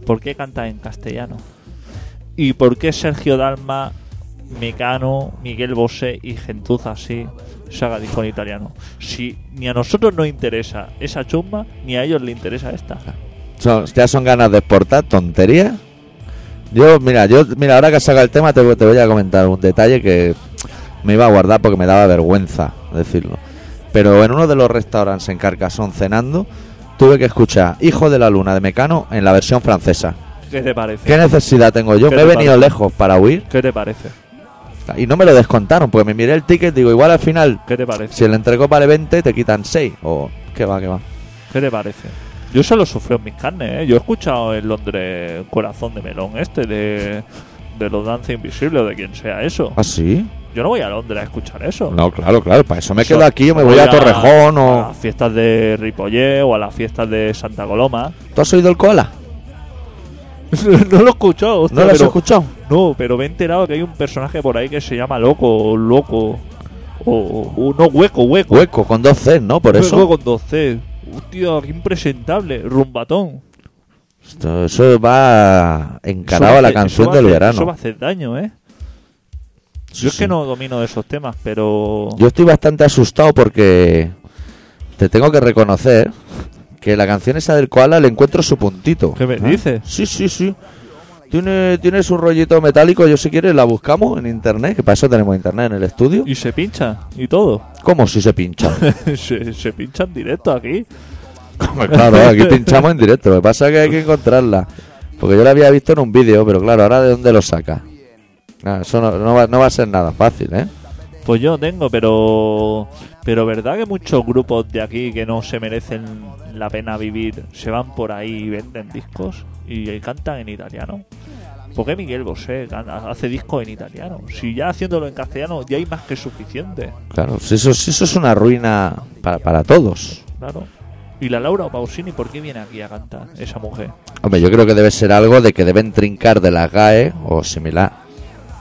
Speaker 2: ¿Por qué cantan en castellano? ¿Y por qué Sergio Dalma, Mecano, Miguel Bosé y Gentuza así saca disco en italiano? Si ni a nosotros nos interesa esa chumba, ni a ellos les interesa esta.
Speaker 1: Son- ya son ganas de exportar tonterías. Yo, mira, yo, mira, ahora que saca el tema te, te voy a comentar un detalle que me iba a guardar porque me daba vergüenza decirlo. Pero en uno de los restaurantes en Carcasón cenando, tuve que escuchar Hijo de la Luna de Mecano en la versión francesa.
Speaker 2: ¿Qué te parece?
Speaker 1: ¿Qué necesidad tengo yo?
Speaker 2: ¿Qué
Speaker 1: Me he
Speaker 2: te
Speaker 1: venido
Speaker 2: parece?
Speaker 1: lejos para huir
Speaker 2: ¿Qué te parece?
Speaker 1: y no me lo descontaron porque me miré el ticket digo, igual al final,
Speaker 2: ¿Qué te parece?
Speaker 1: si el entrecó vale 20, te quitan 6. O, qué va, qué va.
Speaker 2: ¿Qué te parece? Yo se lo sufrió en mis carnes, ¿eh? Yo he escuchado en Londres Corazón de Melón este de, de los Danza Invisibles o de quien sea eso.
Speaker 1: ¿Ah, sí?
Speaker 2: Yo no voy a Londres a escuchar eso.
Speaker 1: No, claro, claro, para eso me
Speaker 2: Eso-
Speaker 1: quedo aquí, yo me voy a Torrejón
Speaker 2: A
Speaker 1: o...
Speaker 2: las fiestas de Ripollet o a las fiestas de Santa Coloma.
Speaker 1: ¿Tú has oído el koala?
Speaker 2: no lo he escuchado, hostia,
Speaker 1: ¿No lo has
Speaker 2: pero-
Speaker 1: escuchado?
Speaker 2: No, pero me he enterado que hay un personaje por ahí que se llama Loco o Loco. O, o- no, Hueco, Hueco.
Speaker 1: Hueco, con dos C, ¿no? Por
Speaker 2: Hueco
Speaker 1: eso.
Speaker 2: con 12. Hostia, qué impresentable. Rumbatón.
Speaker 1: Esto- Eso va encarado a la
Speaker 2: hace-
Speaker 1: canción
Speaker 2: eso
Speaker 1: del
Speaker 2: hace- Eso va a
Speaker 1: verano.
Speaker 2: hacer daño, ¿eh?
Speaker 1: Sí,
Speaker 2: Yo es
Speaker 1: sí.
Speaker 2: que no domino de esos temas, pero.
Speaker 1: Yo estoy bastante asustado porque te tengo que reconocer que la canción esa del koala le encuentro su puntito.
Speaker 2: ¿Qué me
Speaker 1: ¿eh?
Speaker 2: dices?
Speaker 1: Sí, sí, sí. Tiene, tiene su rollito metálico, yo si quieres la buscamos en internet, que para eso tenemos internet en el estudio.
Speaker 2: Y se pincha, y todo.
Speaker 1: ¿Cómo si se pincha?
Speaker 2: se, se pincha en directo aquí.
Speaker 1: claro, aquí pinchamos en directo, lo que pasa es que hay que encontrarla. Porque yo la había visto en un vídeo, pero claro, ahora de dónde lo saca. Ah, eso no, no va, no va a ser nada fácil, ¿eh?
Speaker 2: Pues yo tengo, pero. Pero verdad que muchos grupos de aquí que no se merecen la pena vivir se van por ahí y venden discos y, cantan en italiano. ¿Por qué Miguel Bosé gana- hace discos en italiano? Si ya haciéndolo en castellano ya hay más que suficiente,
Speaker 1: Claro, si eso, si eso es una ruina para, para todos.
Speaker 2: claro. ¿Y la Laura Pausini por qué viene aquí a cantar esa mujer?
Speaker 1: Hombre, yo creo que debe ser algo de que deben trincar de la GAE o similar,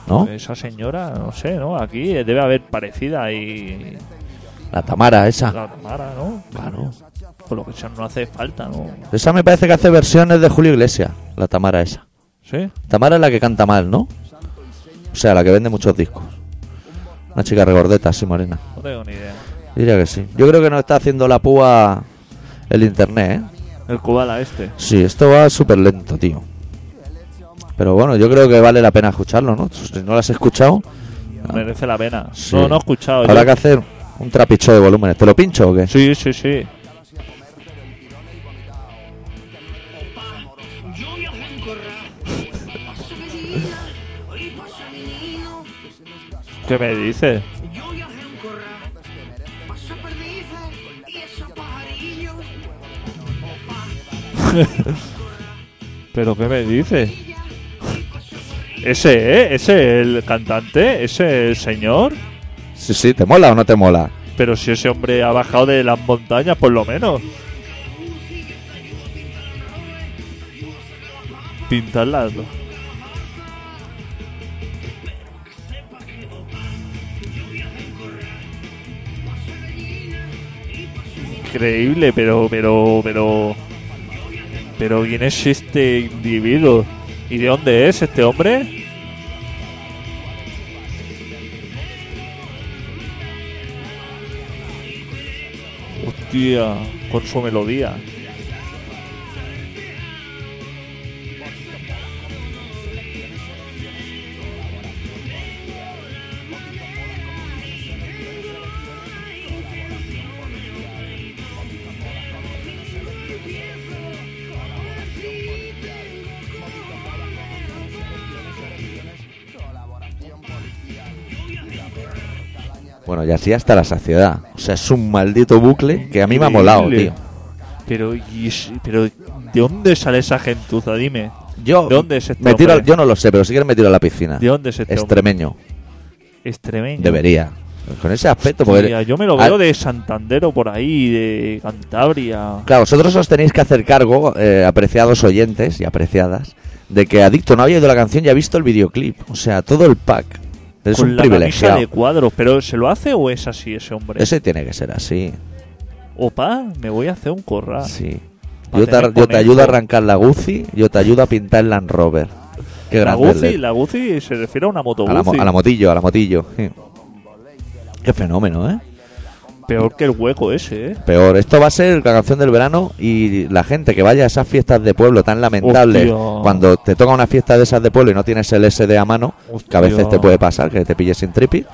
Speaker 1: ¿no?
Speaker 2: Pues Esa señora, no sé, ¿no? Aquí eh, debe haber parecida y.
Speaker 1: La Tamara esa.
Speaker 2: La Tamara, ¿no?
Speaker 1: Ah. Claro.
Speaker 2: Por lo que sea, no hace falta, ¿no?
Speaker 1: Esa me parece que hace versiones de Julio Iglesias, la Tamara esa.
Speaker 2: ¿Sí?
Speaker 1: Tamara es la que canta mal, ¿no? O sea, la que vende muchos discos. Una chica regordeta, así morena.
Speaker 2: No tengo ni idea.
Speaker 1: Diría que sí. Yo creo que nos está haciendo la púa el internet, ¿eh?
Speaker 2: El Kubala este.
Speaker 1: Sí, esto va súper lento, tío. Pero bueno, yo creo que vale la pena escucharlo, ¿no? Si no lo has escuchado,
Speaker 2: Merece la pena.
Speaker 1: Ah. Sí.
Speaker 2: No, no he escuchado.
Speaker 1: habrá
Speaker 2: yo-
Speaker 1: que hacer un trapicho de volúmenes. ¿Te lo pincho o qué?
Speaker 2: Sí, sí, sí.
Speaker 3: Giulia Francorra. Passa Casilina, oi passa Menino.
Speaker 2: ¿Qué me dices?
Speaker 3: Giulia Francorra. Passa Perdiza i a San Pajarillo.
Speaker 2: ¿Pero qué me dices?
Speaker 3: Ella, passa
Speaker 2: ¿Ese, eh? ¿Ese el cantante? ¿Ese el señor?
Speaker 1: Sí, sí, ¿te mola o no te mola?
Speaker 2: Pero si ese hombre ha bajado de las montañas, por lo menos. Pintarlas. ¿no? Increíble, pero, pero, pero. Pero, ¿quién es este individuo? ¿Y de dónde es este hombre? Hostia, con su melodía.
Speaker 1: Bueno, y así hasta la saciedad. O sea, es un maldito bucle que a mí me ha molado, tío.
Speaker 2: Increíble. Pero, y es- pero ¿de dónde sale esa gentuza? Dime.
Speaker 1: Yo,
Speaker 2: ¿De dónde es este
Speaker 1: me tiro al-
Speaker 2: hombre?
Speaker 1: yo no lo sé, pero sí que me tiro a la piscina.
Speaker 2: ¿De dónde es este hombre?
Speaker 1: Extremeño,
Speaker 2: Extremeño.
Speaker 1: Ah, debería. Con ese aspecto, porque...
Speaker 2: Hostia, yo me lo
Speaker 1: Ah,
Speaker 2: veo de Santander o por ahí, de Cantabria.
Speaker 1: Claro, vosotros os tenéis que hacer cargo, eh, apreciados oyentes y apreciadas, de que Adicto no había oído la canción y ha visto el videoclip. O sea, todo el pack. Es
Speaker 2: con
Speaker 1: un
Speaker 2: la camisa de
Speaker 1: privilegiado.
Speaker 2: cuadros. ¿Pero se lo hace o es así ese hombre?
Speaker 1: Ese tiene que ser así.
Speaker 2: Opa, me voy a hacer un corral.
Speaker 1: sí.
Speaker 2: Ah. para
Speaker 1: Yo te,
Speaker 2: tener
Speaker 1: yo te ayudo
Speaker 2: conejo.
Speaker 1: a arrancar la Guzzi, yo te ayudo a pintar el Land Rover. Qué
Speaker 2: la
Speaker 1: grande el
Speaker 2: Gucci,
Speaker 1: Led.
Speaker 2: la Gucci se refiere a una moto
Speaker 1: a, la, mo-
Speaker 2: Gucci.
Speaker 1: a la motillo, a la motillo. sí. Qué fenómeno, ¿eh?
Speaker 2: Peor que el hueco ese, ¿eh?
Speaker 1: Peor, esto va a ser la canción del verano y la gente que vaya a esas fiestas de pueblo tan lamentables,
Speaker 2: Hostia.
Speaker 1: cuando te toca una fiesta de esas de pueblo y no tienes el SD a mano, que
Speaker 2: Hostia.
Speaker 1: a veces te puede pasar, que te pilles sin tripi,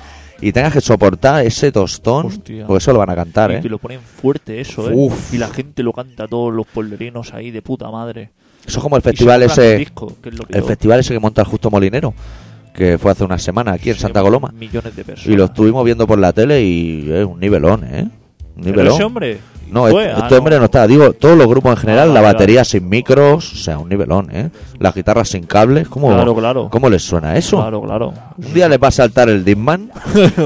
Speaker 1: y tengas que soportar ese tostón,
Speaker 2: Hostia.
Speaker 1: pues eso lo van a cantar,
Speaker 2: Y
Speaker 1: ¿eh?
Speaker 2: que lo ponen fuerte eso, ¿eh?
Speaker 1: Uf.
Speaker 2: Y la gente lo canta a todos los pueblerinos ahí de puta madre.
Speaker 1: Eso es como el
Speaker 2: Y se
Speaker 1: festival
Speaker 2: compran
Speaker 1: ese,
Speaker 2: el disco, que es lo
Speaker 1: el
Speaker 2: peor.
Speaker 1: festival ese que monta el Justo Molinero, que fue hace una semana aquí en
Speaker 2: Se
Speaker 1: Santa
Speaker 2: llaman
Speaker 1: Coloma,
Speaker 2: Millones de personas.
Speaker 1: y lo estuvimos viendo por la tele y es un nivelón, ¿eh? Un
Speaker 2: Pero
Speaker 1: nivelón.
Speaker 2: ese hombre.
Speaker 1: No,
Speaker 2: fue,
Speaker 1: este,
Speaker 2: ah,
Speaker 1: este hombre no está. Digo, todos los grupos en general,
Speaker 2: Ah,
Speaker 1: la
Speaker 2: vale,
Speaker 1: batería sin micros, o sea, un nivelón, ¿eh? Las guitarras sin cables, ¿cómo,
Speaker 2: Claro, claro.
Speaker 1: ¿cómo les suena eso?
Speaker 2: Claro, claro.
Speaker 1: Un día les va a saltar el Disman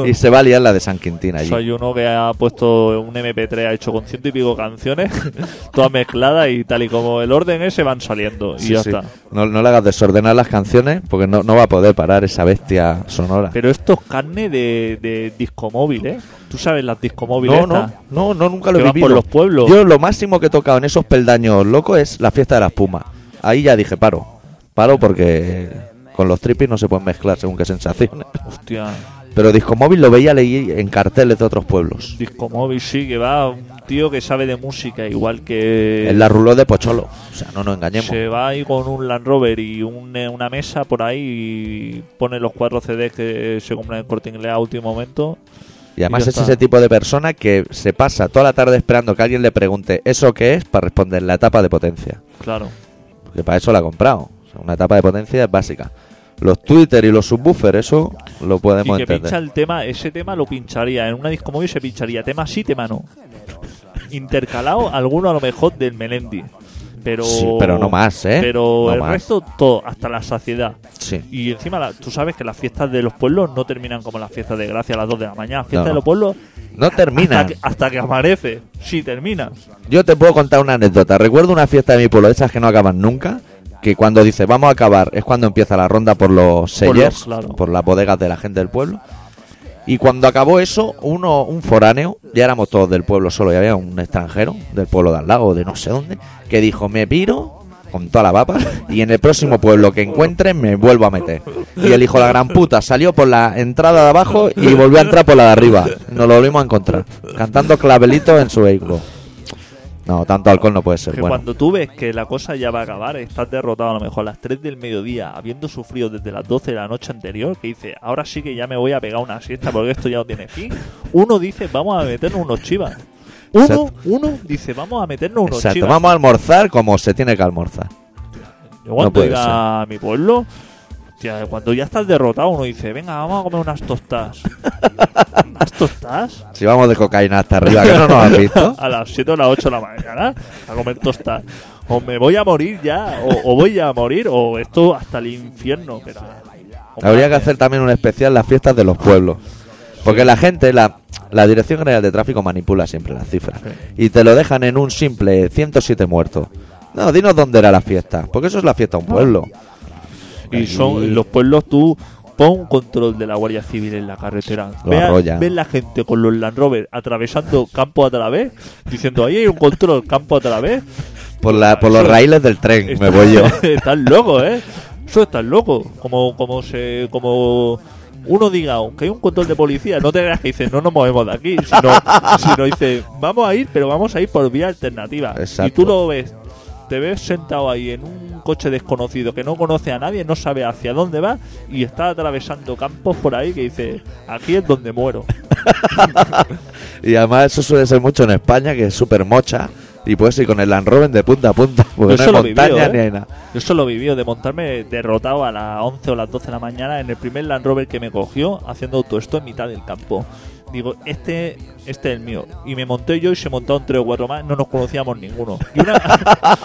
Speaker 1: y se va a liar la de San Quintín allí.
Speaker 2: Soy uno que ha puesto un MP3, ha hecho con ciento y pico canciones, todas mezcladas y tal y como el orden ese van saliendo.
Speaker 1: Sí,
Speaker 2: y ya
Speaker 1: sí.
Speaker 2: está.
Speaker 1: No, no le hagas desordenar las canciones porque no, no va a poder parar esa bestia sonora.
Speaker 2: Pero esto es carne de, de disco móvil, ¿eh? Tú sabes las disco móviles
Speaker 1: No, no,
Speaker 2: estas?
Speaker 1: no, no, nunca lo
Speaker 2: Que
Speaker 1: he
Speaker 2: van
Speaker 1: vivido.
Speaker 2: por los pueblos.
Speaker 1: Yo lo máximo que he tocado en esos peldaños locos es la fiesta de las pumas. Ahí ya dije, paro. Paro porque con los tripis no se pueden mezclar según qué sensaciones.
Speaker 2: Hostia,
Speaker 1: Pero disco móvil lo veía leí en carteles de otros pueblos.
Speaker 2: disco móvil sí, que va un tío que sabe de música, igual que...
Speaker 1: En la ruló de Pocholo. O sea, no nos engañemos.
Speaker 2: Se va ahí con un Land Rover y un- eh, una mesa por ahí y pone los cuatro CDs que se compran en el corte inglés a último momento.
Speaker 1: Y además
Speaker 2: ya
Speaker 1: es
Speaker 2: está.
Speaker 1: ese tipo de persona que se pasa toda la tarde esperando que alguien le pregunte eso qué es para responder la etapa de potencia.
Speaker 2: Claro.
Speaker 1: Porque para eso la ha comprado. O sea, una etapa de potencia es básica. Los Twitter y los subwoofers, eso lo
Speaker 2: Y
Speaker 1: podemos
Speaker 2: que pincha
Speaker 1: entender.
Speaker 2: el tema, ese tema lo pincharía. En una disco móvil se pincharía tema sí, tema no. Intercalado alguno a lo mejor del Melendi. Pero,
Speaker 1: Sí, pero no más, ¿eh?
Speaker 2: Pero
Speaker 1: No
Speaker 2: el
Speaker 1: más.
Speaker 2: resto todo, hasta la saciedad.
Speaker 1: Sí.
Speaker 2: Y encima la- tú sabes que las fiestas de los pueblos no terminan como las fiestas de Gracia a las 2 de la mañana. Fiestas
Speaker 1: No, no.
Speaker 2: de los pueblos
Speaker 1: No termina.
Speaker 2: hasta que, hasta que amanece. Sí, termina.
Speaker 1: Yo te puedo contar una anécdota. Recuerdo una fiesta de mi pueblo, de esas que no acaban nunca, que cuando dice vamos a acabar es cuando empieza la ronda por los
Speaker 2: Por los,
Speaker 1: sellers, por,
Speaker 2: claro.
Speaker 1: las bodegas de la gente del pueblo. Y cuando acabó eso, uno, un foráneo, ya éramos todos del pueblo solo, ya había un extranjero del pueblo de al lado, de no sé dónde, que dijo, me piro con toda la papa y en el próximo pueblo que encuentre me vuelvo a meter. Y el hijo de la gran puta salió por la entrada de abajo y volvió a entrar por la de arriba. Nos lo volvimos a encontrar, cantando clavelitos en su vehículo. No, tanto alcohol no puede ser.
Speaker 2: Que
Speaker 1: Bueno,
Speaker 2: cuando tú ves que la cosa ya va a acabar, estás derrotado a lo mejor a las 3 del mediodía, habiendo sufrido desde las 12 de la noche anterior, que dices, ahora sí que ya me voy a pegar una siesta porque esto ya no tiene fin. Uno dice, vamos a meternos unos chivas. Uno,
Speaker 1: Exacto.
Speaker 2: uno dice, vamos a meternos unos
Speaker 1: exacto,
Speaker 2: chivas.
Speaker 1: vamos a almorzar como se tiene que almorzar.
Speaker 2: Yo cuando
Speaker 1: No puede
Speaker 2: iba
Speaker 1: ser.
Speaker 2: a mi pueblo, hostia, cuando ya estás derrotado, uno dice, venga, vamos a comer unas tostas. ¿Unas tostas?
Speaker 1: Si vamos de cocaína hasta arriba, que no nos has visto.
Speaker 2: a las 7 o las 8 de la mañana a comer tostas. O me voy a morir ya, o, o voy a morir, o esto hasta el infierno. Pero,
Speaker 1: Habría que hacer también un especial las fiestas de los pueblos. Porque la gente, la, la Dirección General de Tráfico manipula siempre las cifras. Y te lo dejan en un simple 107 muertos. No, dinos dónde era la fiesta. Porque eso es la fiesta de un pueblo.
Speaker 2: Y son los pueblos, tú pon un control de la Guardia Civil en la carretera.
Speaker 1: Lo
Speaker 2: Ve a-
Speaker 1: arrolla.
Speaker 2: ve la gente con los Land Rover atravesando campo a través, diciendo, ahí hay un control campo a través.
Speaker 1: Por, la, por los
Speaker 2: Eso-
Speaker 1: raíles del tren me
Speaker 2: Está-
Speaker 1: voy yo.
Speaker 2: Están locos, ¿eh? Eso están locos. Como, como se. Como uno diga, aunque hay un control de policía, no te creas que dicen, no nos movemos de aquí, sino, sino dice, vamos a ir, pero vamos a ir por vía alternativa.
Speaker 1: Exacto.
Speaker 2: Y tú lo ves, te ves sentado ahí en un coche desconocido que no conoce a nadie, no sabe hacia dónde va y está atravesando campos por ahí que dice, aquí es donde muero.
Speaker 1: Y además eso suele ser mucho en España, que es súper mocha. Y puedes ir con el Land Rover de punta a punta. Porque no
Speaker 2: Yo
Speaker 1: hay
Speaker 2: eso lo
Speaker 1: montaña
Speaker 2: viví, ¿eh?
Speaker 1: ni hay nada.
Speaker 2: Yo solo viví de montarme derrotado a las 11 o las 12 de la mañana en el primer Land Rover que me cogió haciendo todo esto en mitad del campo. Digo, este, este es el mío. Y me monté yo y se montaron tres o cuatro más. No nos conocíamos ninguno. Y una,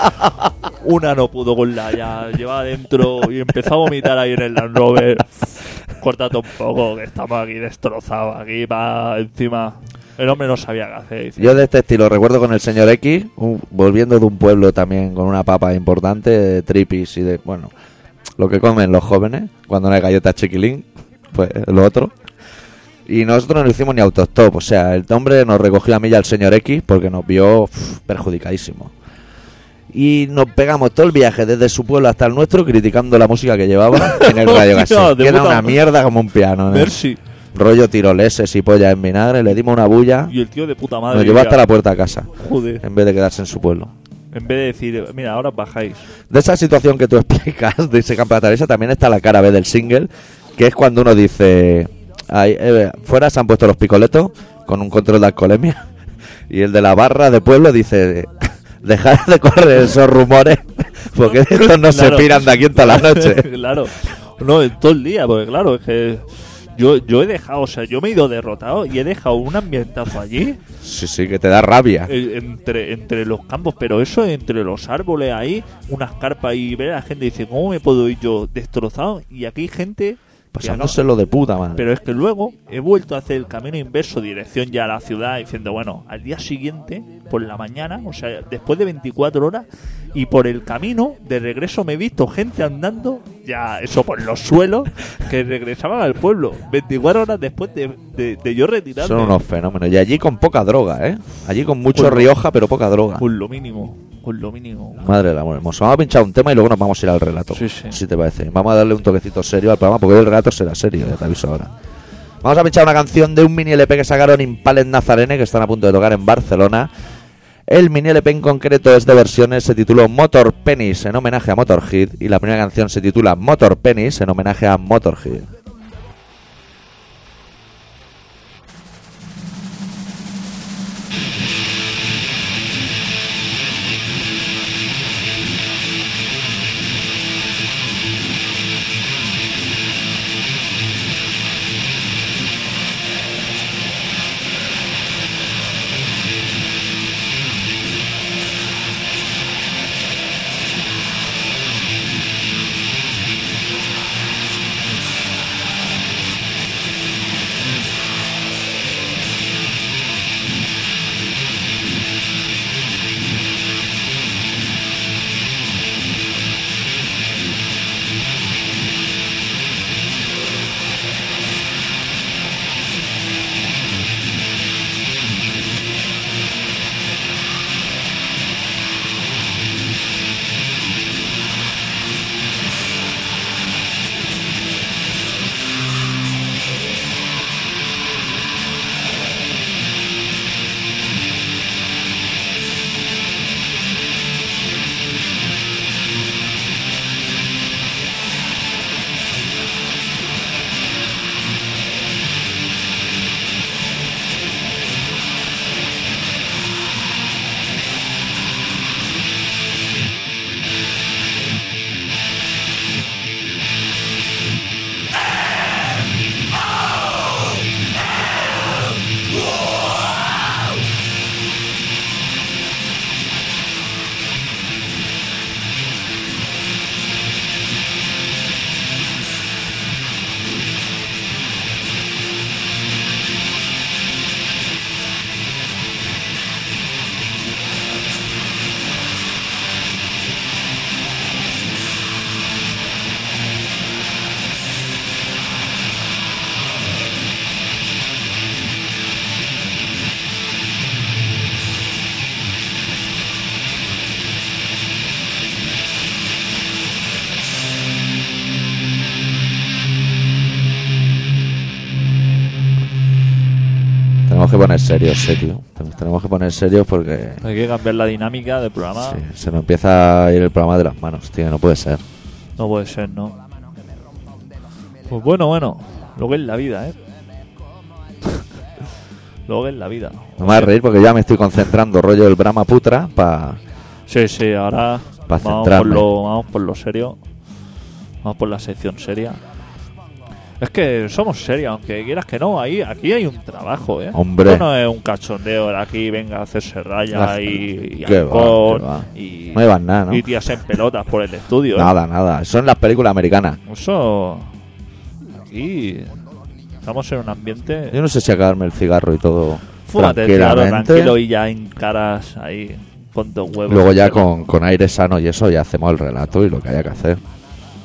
Speaker 2: una no pudo con la ya. Llevaba adentro y empezó a vomitar ahí en el Land Rover. Cortate un poco, que estamos aquí destrozados. Aquí va encima. El hombre no sabía qué hacer. dice,
Speaker 1: Yo de este estilo recuerdo con el señor X, un- volviendo de un pueblo también con una papa importante, de tripis y de, bueno, lo que comen los jóvenes, cuando no hay galletas chiquilín, pues lo otro. Y nosotros no hicimos ni autostop, o sea, el hombre nos recogió a mí y al señor X porque nos vio uf, perjudicadísimo. Y nos pegamos todo el viaje desde su pueblo hasta el nuestro criticando la música que llevaba en el radio
Speaker 2: Hostia,
Speaker 1: cassette,
Speaker 2: de
Speaker 1: que era
Speaker 2: puta
Speaker 1: una
Speaker 2: madre.
Speaker 1: mierda como un piano, ¿no?
Speaker 2: Merci.
Speaker 1: rollo tiroleses y pollas en vinagre, le dimos una bulla.
Speaker 2: Y el tío de puta madre.
Speaker 1: Nos llevó
Speaker 2: ya,
Speaker 1: hasta la puerta a casa,
Speaker 2: Joder.
Speaker 1: en vez de quedarse en su pueblo.
Speaker 2: En vez de decir, mira, ahora os bajáis.
Speaker 1: De esa situación que tú explicas, de ese campo de traviesa, también está la cara B del single, que es cuando uno dice, "Ahí, eh, fuera se han puesto los picoletos con un control de alcoholemia, y el de la barra de pueblo dice, dejar de correr esos rumores, porque estos no se
Speaker 2: Claro.
Speaker 1: piran de aquí en toda la noche.
Speaker 2: claro. No, en todo el día, porque claro, es que yo, yo he dejado, o sea, yo me he ido derrotado y he dejado un ambientazo allí,
Speaker 1: Sí, sí, que te da rabia.
Speaker 2: eh, entre, entre los campos, pero eso entre los árboles ahí, unas carpas y ver a la gente y dice, ¿cómo me puedo ir yo destrozado? Y aquí hay gente...
Speaker 1: Pues
Speaker 2: que acaba-
Speaker 1: Pasándoselo de puta madre.
Speaker 2: pero es que luego he vuelto a hacer el camino inverso, dirección ya a la ciudad, diciendo, bueno, al día siguiente, por la mañana, o sea, después de 24 horas, y por el camino, de regreso me he visto gente andando, ya eso por los suelos, que regresaban al pueblo, 24 horas después de, de- de yo retirarme.
Speaker 1: Son unos fenómenos. Y allí con poca droga, ¿eh? Allí con mucho
Speaker 2: Bueno.
Speaker 1: Rioja, pero poca droga.
Speaker 2: Con lo mínimo, con lo mínimo.
Speaker 1: Madre del amor hermoso. Vamos a pinchar un tema y luego nos vamos a ir al relato.
Speaker 2: Sí, sí.
Speaker 1: Si te parece. Vamos a darle un toquecito serio al programa porque hoy el relato será serio, ya te aviso ahora. Vamos a pinchar una canción de un mini LP que sacaron Impalet Nazarene que están a punto de tocar en Barcelona. El mini LP en concreto es de versiones, se tituló Motor Penis en homenaje a Motorhead y la primera canción se titula Motor Penis en homenaje a Motorhead. Tenemos que poner serios, eh, tío. Nos Tenemos que poner serios porque
Speaker 2: Hay que cambiar la dinámica del programa.
Speaker 1: sí, se nos empieza a ir el programa de las manos, tío. No puede ser.
Speaker 2: No puede ser, ¿no? Pues bueno, bueno, lo que es la vida, ¿eh? lo que es la vida.
Speaker 1: No me vas a reír porque ya me estoy concentrando, rollo el Brahma Putra, para
Speaker 2: Sí, sí, ahora
Speaker 1: Pa'
Speaker 2: vamos por,
Speaker 1: centrarme.
Speaker 2: lo, vamos por lo serio. Vamos por la sección seria. Es Es que somos serios, aunque quieras que no, ahí, aquí hay un trabajo, ¿eh?
Speaker 1: Hombre.
Speaker 2: Esto no es un cachondeo de aquí, venga a hacerse raya
Speaker 1: Ah,
Speaker 2: y, y
Speaker 1: qué va,
Speaker 2: alcohol
Speaker 1: qué va.
Speaker 2: y,
Speaker 1: No llevan nada, ¿no?
Speaker 2: y tías en pelotas por el estudio. ¿eh?
Speaker 1: Nada, nada. Son las películas americanas.
Speaker 2: Eso. Aquí. Estamos en un ambiente.
Speaker 1: Yo no sé si acabarme el cigarro y todo
Speaker 2: Fúmate, claro,
Speaker 1: tranquilamente.
Speaker 2: tranquilo y ya encaras ahí con tus huevos.
Speaker 1: Luego ya con, con aire sano y eso ya hacemos el relato y lo que haya que hacer.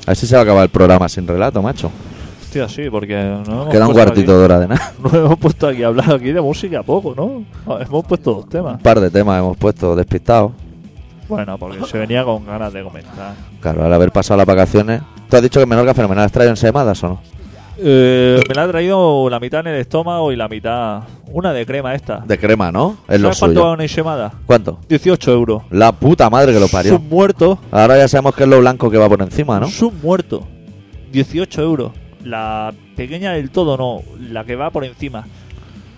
Speaker 1: A ver si se va a acabar el programa sin relato, macho.
Speaker 2: Hostia, sí, porque. no hemos
Speaker 1: Queda un
Speaker 2: puesto
Speaker 1: cuartito
Speaker 2: pues, aquí-
Speaker 1: de hora de nada.
Speaker 2: No hemos puesto aquí a hablar aquí de música poco, ¿no? Ah, Hemos puesto dos temas.
Speaker 1: Un par de temas hemos puesto despistados.
Speaker 2: Bueno, porque se venía con ganas de comentar.
Speaker 1: Claro, al haber pasado las vacaciones. Tú has dicho que Menorca Fenomenal has traído en semadas o no.
Speaker 2: Eh, me la ha traído la mitad en el estómago y la mitad. Una de crema esta.
Speaker 1: De crema, ¿no? Es lo
Speaker 2: ¿Sabes cuánto va
Speaker 1: suyo.
Speaker 2: una enchemada?
Speaker 1: ¿Cuánto?
Speaker 2: 18 euros.
Speaker 1: La puta madre que lo parió.
Speaker 2: Un muerto.
Speaker 1: Ahora ya sabemos que es lo blanco que va por encima, Ah, ¿no?
Speaker 2: Sub muerto. 18 euros. La pequeña del todo no, la que va por encima.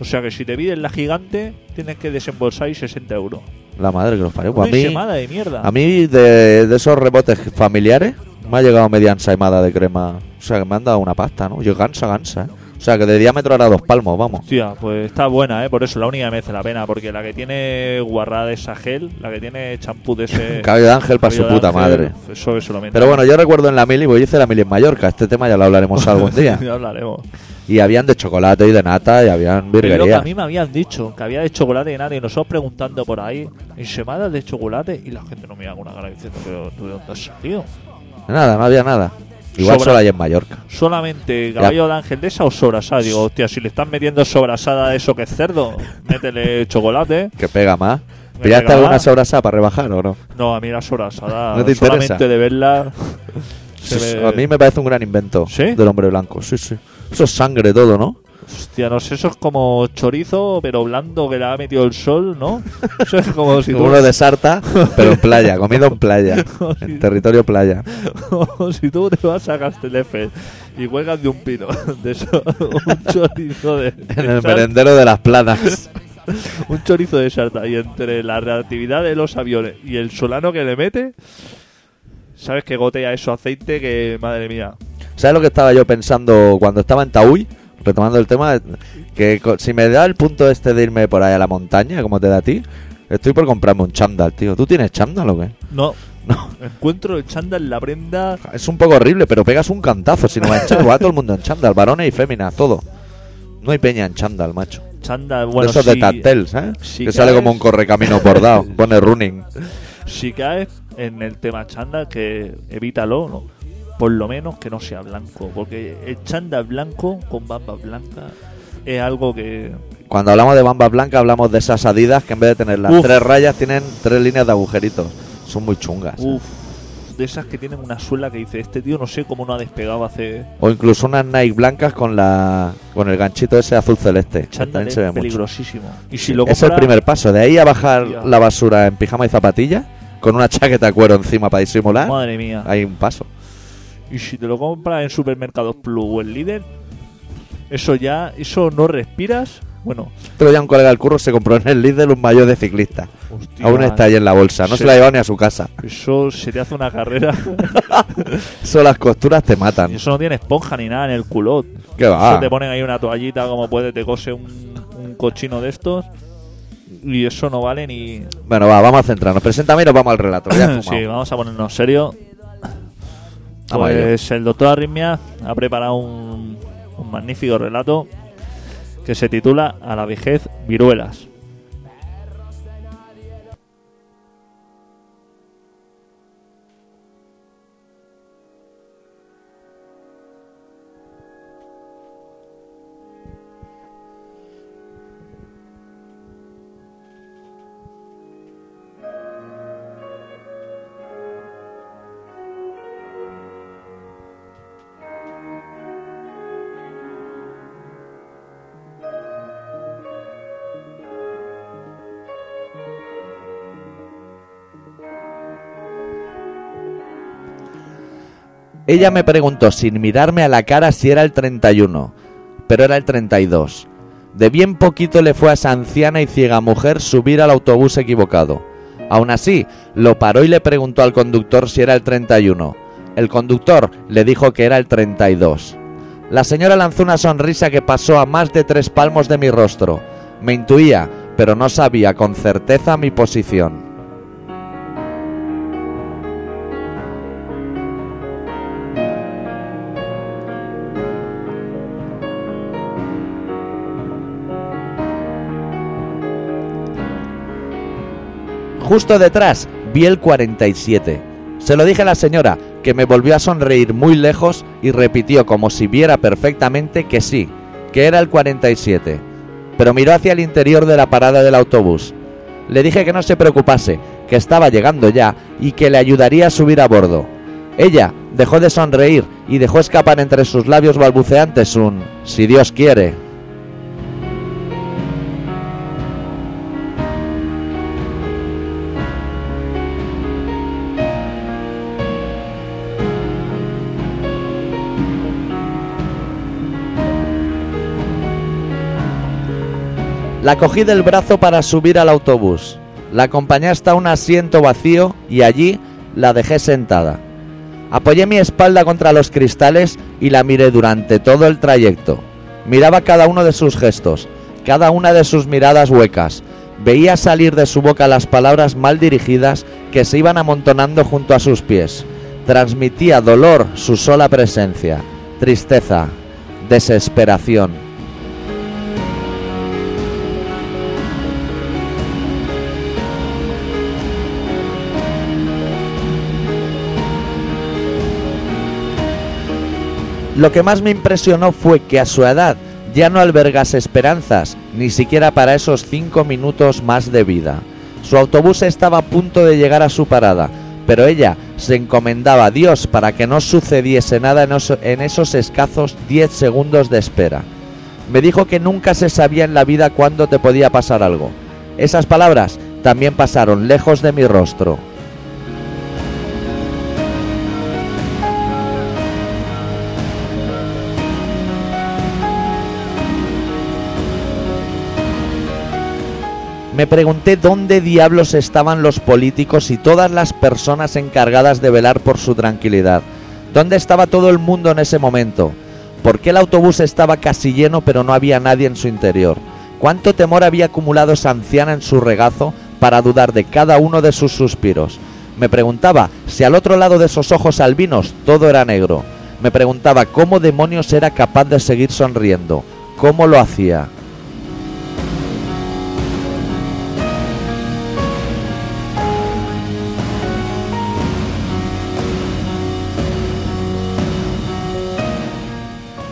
Speaker 2: O sea que si te piden la gigante, tienes que desembolsar ahí 60 euros.
Speaker 1: La madre que lo parió.
Speaker 2: Una
Speaker 1: Pues a mí,
Speaker 2: ensaimada de mierda.
Speaker 1: a mí de, de esos rebotes familiares, me ha llegado media ensaimada de crema. O sea, que me han dado una pasta, ¿no? Yo gansa, gansa. ¿eh? O sea, que de diámetro era dos palmos, vamos.
Speaker 2: Hostia, pues está buena, ¿eh? Por eso la única que merece la pena. Porque la que tiene guarrada de esa gel, la que tiene champú de ese.
Speaker 1: Cabello de ángel para su
Speaker 2: rollo de
Speaker 1: puta
Speaker 2: ángel,
Speaker 1: madre.
Speaker 2: Eso es solamente.
Speaker 1: Pero bueno, yo recuerdo en la mili, porque yo hice la mili en Mallorca. Este tema ya lo hablaremos algún día.
Speaker 2: Ya hablaremos.
Speaker 1: Y habían de chocolate y de nata y habían
Speaker 2: Pero lo que a
Speaker 1: virguería.
Speaker 2: mí me habían dicho que había de chocolate y nada, y nosotros preguntando por ahí, enchimadas de chocolate, y la gente no me da una cara diciendo, pero tú de dónde has salido.
Speaker 1: Nada, no había nada. Igual
Speaker 2: Sobra.
Speaker 1: solo hay en Mallorca.
Speaker 2: solamente caballo de ángel de esa o sobrasada. Digo, hostia, si le están metiendo sobrasada a eso que es cerdo, métele chocolate.
Speaker 1: Que pega más.
Speaker 2: Me
Speaker 1: ¿Pillaste
Speaker 2: pega
Speaker 1: alguna
Speaker 2: más.
Speaker 1: sobrasada para rebajar o no?
Speaker 2: No, a mí la sobrasada,
Speaker 1: ¿No te interesa?
Speaker 2: solamente de verla. se
Speaker 1: Sí,
Speaker 2: me-
Speaker 1: A mí me parece un gran invento
Speaker 2: ¿Sí?
Speaker 1: del hombre blanco. Sí, sí. Eso es sangre todo, ¿no?
Speaker 2: Hostia, no sé, eso es como chorizo, pero blando que le ha metido el sol, ¿no? Eso es como si tú,
Speaker 1: Uno de sarta, pero en playa, comido en playa, en territorio playa.
Speaker 2: como si tú te vas a Castelefe y cuelgas de un pino, de eso, un chorizo de.
Speaker 1: En el merendero de las planas.
Speaker 2: un chorizo de sarta y entre la reactividad de los aviones y el solano que le mete, sabes que gotea eso aceite que, madre mía.
Speaker 1: ¿Sabes lo que estaba yo pensando cuando estaba en Taúy? Retomando el tema, que co- si me da el punto este de irme por ahí a la montaña, como te da a ti, estoy por comprarme un chándal, tío. ¿Tú tienes chándal o qué?
Speaker 2: No,
Speaker 1: No.
Speaker 2: encuentro el chándal, la prenda.
Speaker 1: Es un poco horrible, pero pegas un cantazo si no va en chándal. Va todo el mundo en chándal, varones y féminas, todo. No hay peña en chándal, macho.
Speaker 2: Chándal, bueno,
Speaker 1: de esos
Speaker 2: si,
Speaker 1: de Tantel, ¿sabes?
Speaker 2: si
Speaker 1: que sale
Speaker 2: caes-
Speaker 1: como un correcamino bordado, pone running.
Speaker 2: si caes en el tema chándal, que evítalo, ¿no? Por lo menos que no sea blanco, porque el chándal blanco con bambas blancas es algo que.
Speaker 1: Cuando hablamos de bambas blancas, hablamos de esas adidas que en vez de tener las
Speaker 2: Uf.
Speaker 1: tres rayas, tienen tres líneas de agujeritos. Son muy chungas. ¿eh?
Speaker 2: Uff, de esas que tienen una suela que dice, este tío no sé cómo no ha despegado hace.
Speaker 1: O incluso unas Nike blancas con la con el ganchito ese azul celeste. que
Speaker 2: Chándal
Speaker 1: también
Speaker 2: es
Speaker 1: se ve mucho.
Speaker 2: peligrosísimo. Y si lo
Speaker 1: es el
Speaker 2: compras-
Speaker 1: primer paso. De ahí a bajar
Speaker 2: Hostia.
Speaker 1: la basura en pijama y zapatilla, con una chaqueta de cuero encima para disimular,
Speaker 2: Madre mía.
Speaker 1: hay un paso.
Speaker 2: Y si te lo compras en Supermercados Plus o en Lidl, eso ya, eso no respiras. Bueno,
Speaker 1: Pero ya un colega del curro se compró en el Lidl un mayor de ciclista.
Speaker 2: hostia,
Speaker 1: Aún está ahí en la bolsa. No
Speaker 2: Sí.
Speaker 1: se la ha llevado ni a su casa.
Speaker 2: Eso se te hace una carrera.
Speaker 1: Eso las costuras te
Speaker 2: Y
Speaker 1: matan.
Speaker 2: eso no tiene esponja ni nada en el culot.
Speaker 1: ¿Qué va?
Speaker 2: Eso te ponen ahí una toallita como puede, te cose un, un cochino de estos. Y eso no vale ni.
Speaker 1: Bueno, va, vamos a centrarnos. Preséntame y nos vamos al relato. Ya he
Speaker 2: Sí,
Speaker 1: fumado.
Speaker 2: vamos a ponernos serio.
Speaker 1: Vamos a ello.
Speaker 2: Pues el doctor Arritmia ha preparado un, un magnífico relato que se titula A la vejez viruelas.
Speaker 1: Ella me preguntó sin mirarme a la cara si era el 31, pero era el 32. De bien poquito le fue a esa anciana y ciega mujer subir al autobús equivocado. Aún así, lo paró y le preguntó al conductor si era el 31. El conductor le dijo que era el 32. La señora lanzó una sonrisa que pasó a más de tres palmos de mi rostro. Me intuía, pero no sabía con certeza mi posición. Justo detrás vi el 47. Se lo dije a la señora, que me volvió a sonreír muy lejos y repitió como si viera perfectamente que sí, que era el 47. Pero miró hacia el interior de la parada del autobús. Le dije que no se preocupase, que estaba llegando ya y que le ayudaría a subir a bordo. Ella dejó de sonreír y dejó escapar entre sus labios balbuceantes un si Dios quiere. La cogí del brazo para subir al autobús. La acompañé hasta un asiento vacío y allí la dejé sentada. Apoyé mi espalda contra los cristales y la miré durante todo el trayecto. Miraba cada uno de sus gestos, cada una de sus miradas huecas. Veía salir de su boca las palabras mal dirigidas que se iban amontonando junto a sus pies. Transmitía dolor su sola presencia, tristeza, desesperación. Lo que más me impresionó fue que a su edad ya no albergas esperanzas, ni siquiera para esos cinco minutos más de vida. Su autobús estaba a punto de llegar a su parada, pero ella se encomendaba a Dios para que no sucediese nada en, oso- en esos escazos 10 segundos de espera. Me dijo que nunca se sabía en la vida cuándo te podía pasar algo. Esas palabras también pasaron lejos de mi rostro. Me pregunté dónde diablos estaban los políticos y todas las personas encargadas de velar por su tranquilidad. ¿Dónde estaba todo el mundo en ese momento? ¿Por qué el autobús estaba casi lleno pero no había nadie en su interior? ¿Cuánto temor había acumulado esa anciana en su regazo para dudar de cada uno de sus suspiros? Me preguntaba si al otro lado de esos ojos albinos todo era negro. Me preguntaba cómo demonios era capaz de seguir sonriendo. ¿Cómo lo hacía?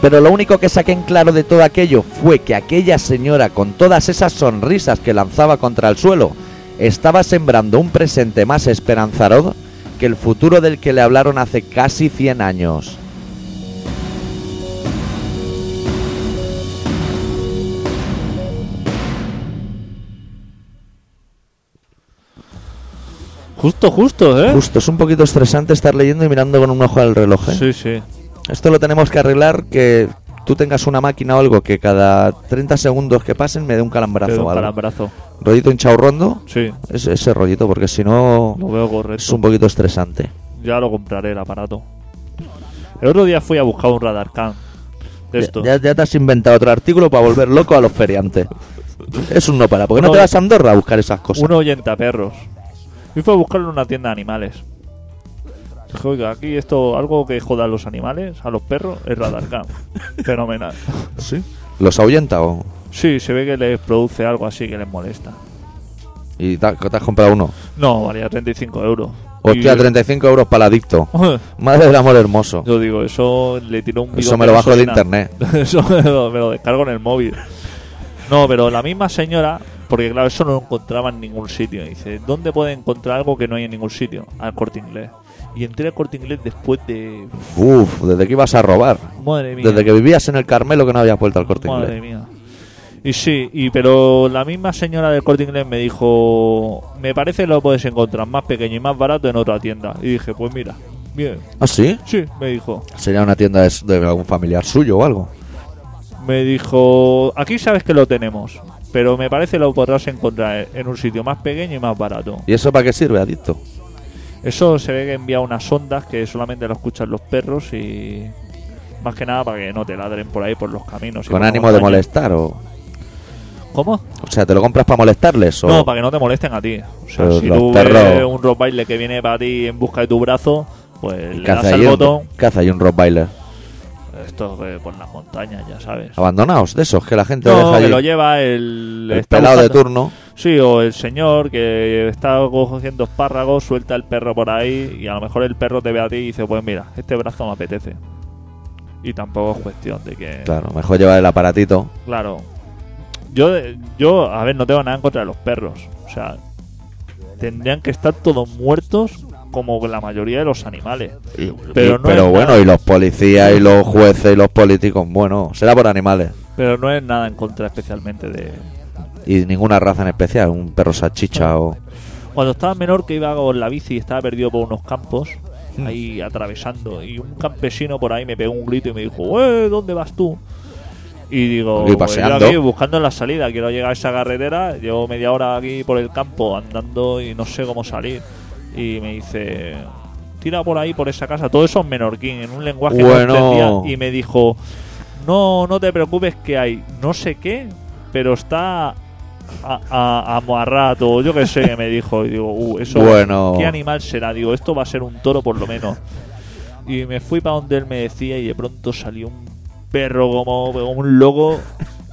Speaker 1: Pero lo único que saqué en claro de todo aquello fue que aquella señora, con todas esas sonrisas que lanzaba contra el suelo, estaba sembrando un presente más esperanzador que el futuro del que le hablaron hace casi 100 años.
Speaker 2: Justo, justo, ¿eh?
Speaker 1: Justo, es un poquito estresante estar leyendo y mirando con un ojo al reloj. ¿eh?
Speaker 2: Sí, sí.
Speaker 1: Esto lo tenemos que arreglar que tú tengas una máquina o algo que cada 30 segundos que pasen me dé un
Speaker 2: Te doy
Speaker 1: calambrazo. o
Speaker 2: un
Speaker 1: algo.
Speaker 2: calambrazo.
Speaker 1: Rollito hinchado rondo,
Speaker 2: Sí,
Speaker 1: es- ese rollito, porque si no
Speaker 2: lo veo correcto.
Speaker 1: es un poquito estresante.
Speaker 2: Ya lo compraré el aparato. El otro día fui a buscar un radar can. De
Speaker 1: Ya-
Speaker 2: esto.
Speaker 1: Ya, ya te has inventado otro artículo para volver loco a los feriantes. Es un no para, porque no
Speaker 2: Uno-
Speaker 1: te vas a Andorra a buscar esas cosas.
Speaker 2: Un oyenta perros. Y fue a buscarlo en una tienda de animales. Dije, oiga, aquí esto, algo que joda a los animales, a los perros, es radar can. Fenomenal.
Speaker 1: ¿Sí? Los ahuyenta o-
Speaker 2: Sí, se ve que les produce algo así que les molesta.
Speaker 1: y te, te has comprado uno.
Speaker 2: No, valía 35 euros.
Speaker 1: Hostia,
Speaker 2: Y-
Speaker 1: 35 euros para el adicto. Madre del amor hermoso.
Speaker 2: Yo digo, eso le tiró un
Speaker 1: Eso
Speaker 2: bigote
Speaker 1: me lo
Speaker 2: de
Speaker 1: bajo de
Speaker 2: gasolina.
Speaker 1: internet.
Speaker 2: Eso me lo, me lo descargo en el móvil. No, pero la misma señora, porque claro, eso no lo encontraba en ningún sitio. Dice, ¿dónde puede encontrar algo que no hay en ningún sitio? Al corte inglés. Y entré al corte inglés después de.
Speaker 1: Uf, desde que ibas a robar.
Speaker 2: Madre mía.
Speaker 1: Desde que vivías en el Carmelo que no habías vuelto al corte
Speaker 2: Madre
Speaker 1: inglés.
Speaker 2: mía. Y sí, y pero la misma señora del corte inglés me dijo: Me parece que lo puedes encontrar más pequeño y más barato en otra tienda. Y dije: Pues mira, bien.
Speaker 1: ¿Ah, sí?
Speaker 2: Sí, me dijo.
Speaker 1: Sería una tienda de, de algún familiar suyo o algo.
Speaker 2: Me dijo, aquí sabes que lo tenemos, pero me parece lo podrás encontrar en un sitio más pequeño y más barato.
Speaker 1: ¿Y eso para qué sirve, adicto?
Speaker 2: Eso se ve que envía unas ondas que solamente lo escuchan los perros y, Más que nada para que no te ladren por ahí por los caminos. y
Speaker 1: ¿Con
Speaker 2: por la
Speaker 1: ánimo de
Speaker 2: montaña.
Speaker 1: molestar o...?
Speaker 2: ¿Cómo?
Speaker 1: O sea, ¿te lo compras para molestarles o...?
Speaker 2: No, para que no te molesten a ti. O sea,
Speaker 1: Pero
Speaker 2: si
Speaker 1: los
Speaker 2: tú
Speaker 1: perros-
Speaker 2: ves un rock baile que viene para ti en busca de tu brazo, pues le
Speaker 1: ¿Qué
Speaker 2: das
Speaker 1: hace
Speaker 2: al
Speaker 1: ahí un-
Speaker 2: botón.
Speaker 1: qué hace ahí un rottweiler?
Speaker 2: Esto es eh, por las montañas, ya sabes.
Speaker 1: Abandonaos de esos que la gente
Speaker 2: No,
Speaker 1: deja
Speaker 2: que
Speaker 1: allí.
Speaker 2: lo lleva el...
Speaker 1: el
Speaker 2: está
Speaker 1: pelado de
Speaker 2: buscando-
Speaker 1: turno.
Speaker 2: Sí, o el señor que está cogiendo espárragos, suelta el perro por ahí y a lo mejor el perro te ve a ti y dice, pues mira, este brazo me apetece. Y tampoco es cuestión de que...
Speaker 1: Claro, mejor llevar el aparatito.
Speaker 2: Claro. Yo, yo, a ver, no tengo nada en contra de los perros. O sea, tendrían que estar todos muertos como la mayoría de los animales.
Speaker 1: Y-
Speaker 2: Pero
Speaker 1: y-
Speaker 2: no
Speaker 1: pero
Speaker 2: es
Speaker 1: bueno,
Speaker 2: nada.
Speaker 1: y los policías y los jueces y los políticos, bueno, será por animales.
Speaker 2: Pero no es nada en contra especialmente de...
Speaker 1: Y ninguna raza en especial, un perro salchicha o...
Speaker 2: Cuando estaba menor que iba con la bici y estaba perdido por unos campos,
Speaker 1: Hmm.
Speaker 2: ahí atravesando, y un campesino por ahí me pegó un grito y me dijo, "Eh, ¿dónde vas tú? Y digo,
Speaker 1: Aquí
Speaker 2: "Pues yo
Speaker 1: paseando".
Speaker 2: aquí buscando la salida, quiero llegar a esa carretera, llevo media hora aquí por el campo andando y no sé cómo salir. Y me dice, tira por ahí, por esa casa, todo eso en menorquín, en un lenguaje que no
Speaker 1: Bueno.
Speaker 2: entendía, y me dijo, no, no te preocupes que hay no sé qué, pero está a, a, amarrado, o yo qué sé que me dijo. Y digo, uh, eso,
Speaker 1: Bueno.
Speaker 2: ¿qué animal será? Digo, esto va a ser un toro por lo menos. Y me fui para donde él me decía y de pronto salió un perro como, como un loco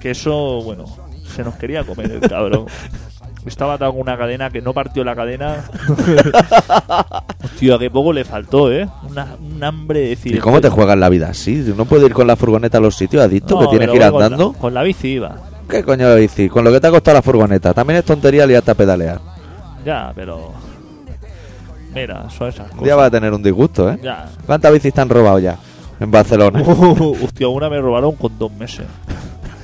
Speaker 2: que eso, bueno, se nos quería comer el cabrón. Estaba atado con una cadena que no partió la cadena. Hostia, que poco le faltó, ¿eh? Una- un hambre de decir.
Speaker 1: ¿Y cómo te
Speaker 2: estoy-
Speaker 1: juegas la vida así? No puedes ir con la furgoneta a los sitios, adicto,
Speaker 2: No,
Speaker 1: que tienes
Speaker 2: pero
Speaker 1: que ir
Speaker 2: voy con la-
Speaker 1: andando.
Speaker 2: con la bici iba.
Speaker 1: ¿Qué coño lo dices? Con lo que te ha costado la furgoneta. También es tontería liarte a pedalear.
Speaker 2: Ya, pero. Mira, son esas
Speaker 1: Un día
Speaker 2: cosas.
Speaker 1: vas a tener un disgusto, ¿eh?
Speaker 2: Ya.
Speaker 1: ¿Cuántas bicis te han robado ya en Barcelona?
Speaker 2: Hostia, una me robaron con dos meses.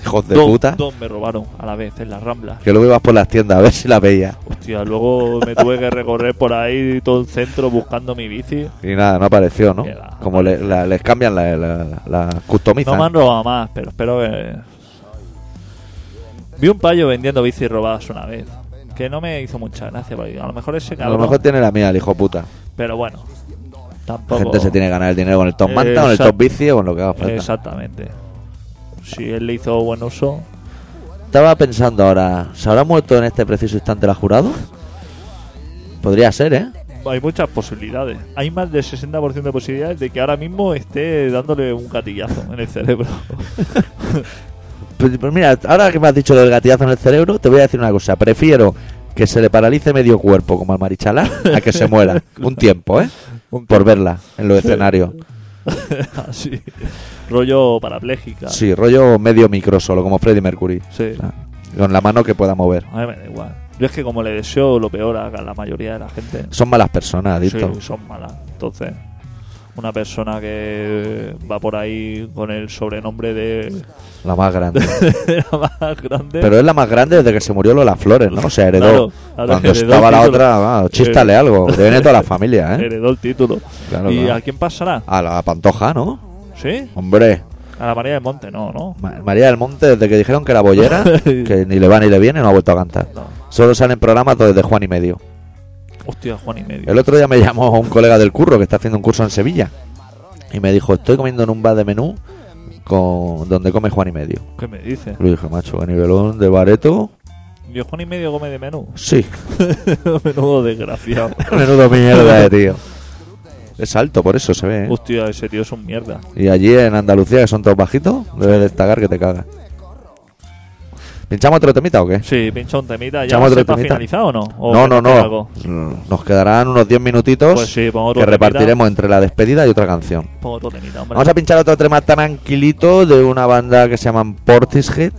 Speaker 1: Hijos de
Speaker 2: dos,
Speaker 1: puta.
Speaker 2: dos me robaron a la vez en las ramblas.
Speaker 1: Que luego ibas por las tiendas a ver si la veías.
Speaker 2: Hostia, luego me tuve que recorrer por ahí todo el centro buscando mi bici.
Speaker 1: Y nada, no apareció, ¿no?
Speaker 2: Qué va.
Speaker 1: Como le- la- les cambian la, la, la customizan.
Speaker 2: No me han robado más, pero espero que. Vi un payo vendiendo bicis robadas una vez. Que no me hizo mucha gracia, porque a lo mejor ese
Speaker 1: a
Speaker 2: cabrón.
Speaker 1: lo mejor tiene la mía, el hijo puta.
Speaker 2: Pero bueno, tampoco.
Speaker 1: La gente se tiene que ganar el dinero con el top manta, con el
Speaker 2: Exacto.
Speaker 1: top bici o con lo que haga falta.
Speaker 2: Exactamente. Si él le hizo buen uso,
Speaker 1: Estaba pensando ahora, ¿se habrá muerto en este preciso instante la jurado? Podría ser, ¿eh?
Speaker 2: Hay muchas posibilidades. Hay más del 60% de posibilidades de que ahora mismo esté dándole un gatillazo en el cerebro.
Speaker 1: Pues, pues mira, ahora que me has dicho lo del gatillazo en el cerebro, te voy a decir una cosa. Prefiero que se le paralice medio cuerpo como al marichalá a que se muera. Un tiempo, ¿eh? Por verla en los escenarios.
Speaker 2: Así. Rollo parapléjica.
Speaker 1: Sí, rollo medio micro solo, como Freddie Mercury.
Speaker 2: Sí.
Speaker 1: Ah, Con la mano que pueda mover.
Speaker 2: A mí me da igual. Yo es que como le deseo lo peor a la mayoría de la gente,
Speaker 1: Son malas personas, adicto.
Speaker 2: sí, son malas. Entonces, una persona que va por ahí con el sobrenombre de
Speaker 1: La más grande.
Speaker 2: la más grande.
Speaker 1: Pero es la más grande desde que se murió Lola Flores, ¿no? O sea, heredó.
Speaker 2: Claro, claro,
Speaker 1: Cuando
Speaker 2: heredó
Speaker 1: estaba
Speaker 2: el
Speaker 1: la
Speaker 2: título.
Speaker 1: otra, ah, chístale
Speaker 2: Eh,
Speaker 1: algo. Le viene toda la familia, ¿eh?
Speaker 2: Heredó el título.
Speaker 1: Claro,
Speaker 2: ¿Y
Speaker 1: claro.
Speaker 2: a quién pasará?
Speaker 1: A la Pantoja, ¿no?
Speaker 2: ¿Sí?
Speaker 1: Hombre,
Speaker 2: A la María del Monte, no, ¿no?
Speaker 1: Ma- María del Monte, desde que dijeron que era bollera, que ni le va ni le viene, no ha vuelto a cantar.
Speaker 2: No.
Speaker 1: Solo salen programas desde Juan y Medio.
Speaker 2: Hostia, Juan y medio.
Speaker 1: El otro día me llamó un colega del curro que está haciendo un curso en Sevilla y me dijo, estoy comiendo en un bar de menú con donde come Juan y Medio.
Speaker 2: ¿Qué me dices?
Speaker 1: Le dije, macho, a nivelón de bareto.
Speaker 2: ¿Y el Juan y medio come de menú?
Speaker 1: Sí,
Speaker 2: Menudo desgraciado.
Speaker 1: menudo mierda, eh, tío. Es alto, por eso se ve. ¿eh?
Speaker 2: Hostia, ese tío es un mierda.
Speaker 1: Y allí en Andalucía, que son todos bajitos, debes destacar que te cagas. ¿Pinchamos otro temita o qué?
Speaker 2: Sí, pincha un temita. ¿Ya
Speaker 1: Echamos otro
Speaker 2: está
Speaker 1: temita.
Speaker 2: finalizado o no? ¿O
Speaker 1: No,
Speaker 2: que
Speaker 1: no,
Speaker 2: nos queda algo?
Speaker 1: no. Nos quedarán unos 10 minutitos
Speaker 2: Pues sí, pon otro
Speaker 1: que
Speaker 2: temita.
Speaker 1: repartiremos entre la despedida y otra canción.
Speaker 2: Pon otro temita, hombre.
Speaker 1: Vamos a pinchar otro tema tranquilito de una banda que se llaman Portishead,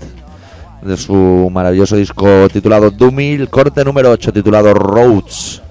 Speaker 1: de su maravilloso disco titulado Dummy, el corte número 8 titulado Roads.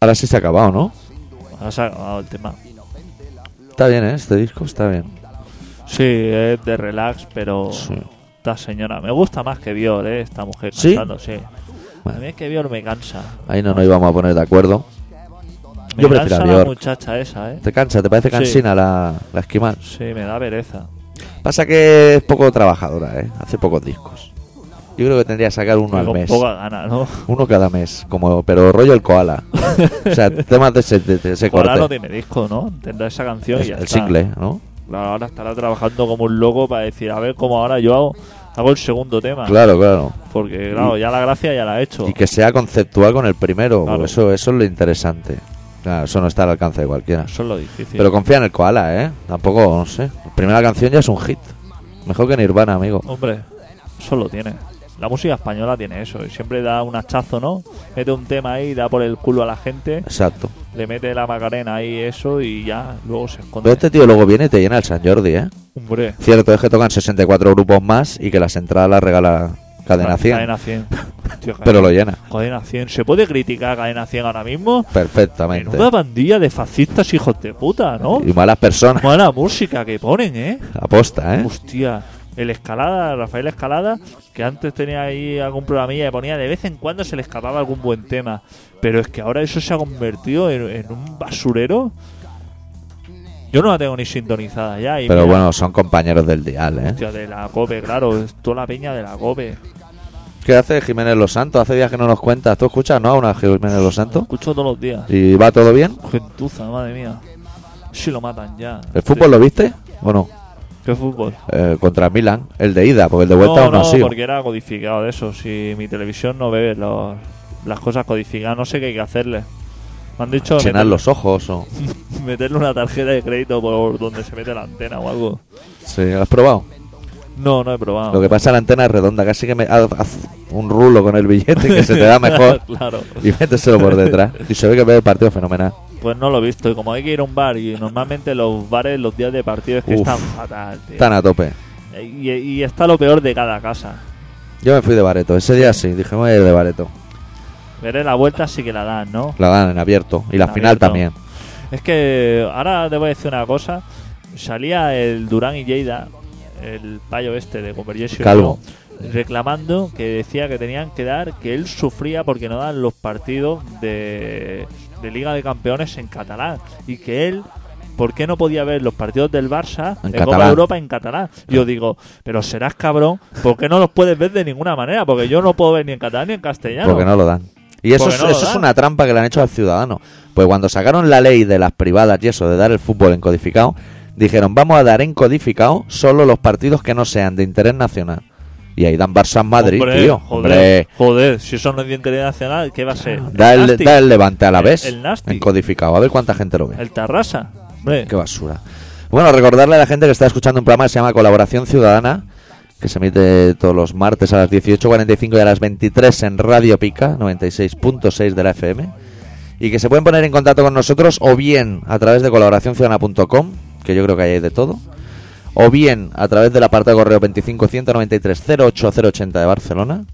Speaker 1: Ahora sí se ha acabado, ¿no?
Speaker 2: Ahora se ha acabado el tema.
Speaker 1: Está bien, ¿eh? Este disco está bien.
Speaker 2: Sí, es de relax, pero.
Speaker 1: Sí.
Speaker 2: Esta señora. Me gusta más que Viol, ¿eh? Esta mujer
Speaker 1: ¿Sí?
Speaker 2: cantando, sí. A mí es que Viol me cansa.
Speaker 1: Ahí no nos íbamos a poner de acuerdo.
Speaker 2: Me
Speaker 1: Yo prefiero
Speaker 2: cansa
Speaker 1: a
Speaker 2: la
Speaker 1: Björk.
Speaker 2: muchacha esa, ¿eh?
Speaker 1: ¿Te cansa? ¿Te parece
Speaker 2: Sí.
Speaker 1: cansina la, la esquimal?
Speaker 2: Sí, me da pereza.
Speaker 1: Pasa que es poco trabajadora, ¿eh? Hace pocos discos. Yo creo que tendría que sacar uno al
Speaker 2: con
Speaker 1: mes.
Speaker 2: poca gana, ¿no?
Speaker 1: Uno cada mes, como pero rollo el koala. o sea, temas de ese, de- de ese
Speaker 2: Ahora
Speaker 1: Este
Speaker 2: no
Speaker 1: corte.
Speaker 2: tiene disco, ¿no? Tendrá esa canción
Speaker 1: Es-
Speaker 2: y ya
Speaker 1: el
Speaker 2: está.
Speaker 1: single, ¿no?
Speaker 2: Claro, ahora estará trabajando como un loco para decir, a ver cómo ahora yo hago, hago el segundo tema.
Speaker 1: Claro, claro.
Speaker 2: Porque, claro, ya la gracia ya la he hecho.
Speaker 1: Y que sea conceptual con el primero.
Speaker 2: Claro.
Speaker 1: porque Eso, eso es lo interesante. Claro, eso no está al alcance de cualquiera.
Speaker 2: Eso es lo difícil.
Speaker 1: Pero confía en el koala, ¿eh? Tampoco, no sé. La primera canción ya es un hit. Mejor que Nirvana, amigo.
Speaker 2: Hombre, eso lo tiene. La música española tiene eso. y Siempre da un hachazo, ¿no? Mete un tema ahí, da por el culo a la gente,
Speaker 1: Exacto.
Speaker 2: le mete la macarena ahí, eso, y ya luego se esconde.
Speaker 1: Pero este tío luego viene y te llena el San Jordi, ¿eh?
Speaker 2: Hombre,
Speaker 1: Cierto es que tocan 64 grupos más y que las entradas las regala Cadena 100.
Speaker 2: cadena 100. Tío,
Speaker 1: Pero lo llena.
Speaker 2: Cadena 100. ¿Se puede criticar a Cadena 100 ahora mismo? En
Speaker 1: Perfectamente.
Speaker 2: una bandilla de fascistas hijos de puta, ¿no?
Speaker 1: Y malas personas.
Speaker 2: Mala música que ponen, ¿eh?
Speaker 1: Aposta, ¿eh?
Speaker 2: Hostia, el Escalada, Rafael Escalada, que antes tenía ahí algún programilla que ponía de vez en cuando se le escapaba algún buen tema. Pero es que ahora eso se ha convertido en, en un basurero. Yo no la tengo ni sintonizada ya. Y
Speaker 1: Pero
Speaker 2: mira,
Speaker 1: bueno, son compañeros del dial, ¿eh?
Speaker 2: hostia, de la COPE, claro, es toda la peña de la COPE.
Speaker 1: ¿Qué hace Jiménez Los Santos? Hace días que no nos cuentas. ¿Tú escuchas, no? A una Jiménez Los Santos.
Speaker 2: Escucho todos los días.
Speaker 1: ¿Y va todo bien?
Speaker 2: Gentuza, madre mía. Si lo matan ya.
Speaker 1: ¿El fútbol lo viste o no?
Speaker 2: ¿Qué fútbol?
Speaker 1: Eh, contra Milan, el de ida, porque el de vuelta
Speaker 2: no,
Speaker 1: aún no, ha
Speaker 2: no,
Speaker 1: sido.
Speaker 2: porque era codificado de eso. Si mi televisión no ve los- las cosas codificadas, no sé qué hay que hacerle. Me Mm. han dicho
Speaker 1: Llenar
Speaker 2: meter-
Speaker 1: los ojos o...
Speaker 2: meterle una tarjeta de crédito por donde se mete la antena o algo.
Speaker 1: Sí, ¿lo has probado?
Speaker 2: No, no he probado.
Speaker 1: Lo que pasa, la antena es redonda, casi que me haz- haz un rulo con el billete que se te da mejor
Speaker 2: claro.
Speaker 1: y méteselo por detrás. Y se ve que ve el partido fenomenal.
Speaker 2: Pues no lo he visto. Y como hay que ir a un bar, y normalmente los bares, los días de partido es que
Speaker 1: Uf.
Speaker 2: están fatal, tío.
Speaker 1: Están a tope.
Speaker 2: Y, y está lo peor de cada casa.
Speaker 1: Yo me fui de bareto, ese día sí, dije, me voy a ir de bareto.
Speaker 2: Veré la vuelta, sí que la dan, ¿no?
Speaker 1: La dan en abierto y la
Speaker 2: En
Speaker 1: final
Speaker 2: abierto.
Speaker 1: también.
Speaker 2: Es que ahora te voy a decir una cosa. Salía el Durán y Lleida, el payo este de Convergencia,
Speaker 1: Calvo.
Speaker 2: reclamando que decía que tenían que dar, que él sufría porque no dan los partidos de, de Liga de Campeones en catalán y que él. ¿Por qué no podía ver los partidos del Barça
Speaker 1: En
Speaker 2: de Copa
Speaker 1: catalán.
Speaker 2: Europa en catalán? Yo digo, pero serás cabrón, ¿por qué no los puedes ver de ninguna manera? Porque yo no puedo ver ni en catalán ni en castellano.
Speaker 1: Porque no lo dan. Y eso,
Speaker 2: Porque
Speaker 1: es,
Speaker 2: no lo
Speaker 1: eso es
Speaker 2: dan.
Speaker 1: una trampa que le han hecho al ciudadano. Pues cuando sacaron la ley de las privadas y eso de dar el fútbol en codificado, dijeron, vamos a dar en codificado solo los partidos que no sean de interés nacional. Y ahí dan Barça en Madrid,
Speaker 2: Hombre,
Speaker 1: tío.
Speaker 2: Joder, joder, si eso no es de interés nacional, ¿qué va a ser?
Speaker 1: Hombre, Eh, da el,
Speaker 2: Nastic,
Speaker 1: da el levante a la
Speaker 2: El-
Speaker 1: vez
Speaker 2: Eh, el Nastic.
Speaker 1: en codificado. A ver cuánta gente lo ve.
Speaker 2: el Tarrasa. Hombre,
Speaker 1: Qué basura. Bueno, recordarle a la gente que está escuchando un programa que se llama Colaboración Ciudadana, que se emite todos los martes a las 18.45 y a las 23 en Radio Pica, 96.6 de la FM, y que se pueden poner en contacto con nosotros o bien a través de colaboracionciudadana.com, que yo creo que ahí hay de todo, o bien a través del apartado de correo 25 193 08080 de Barcelona.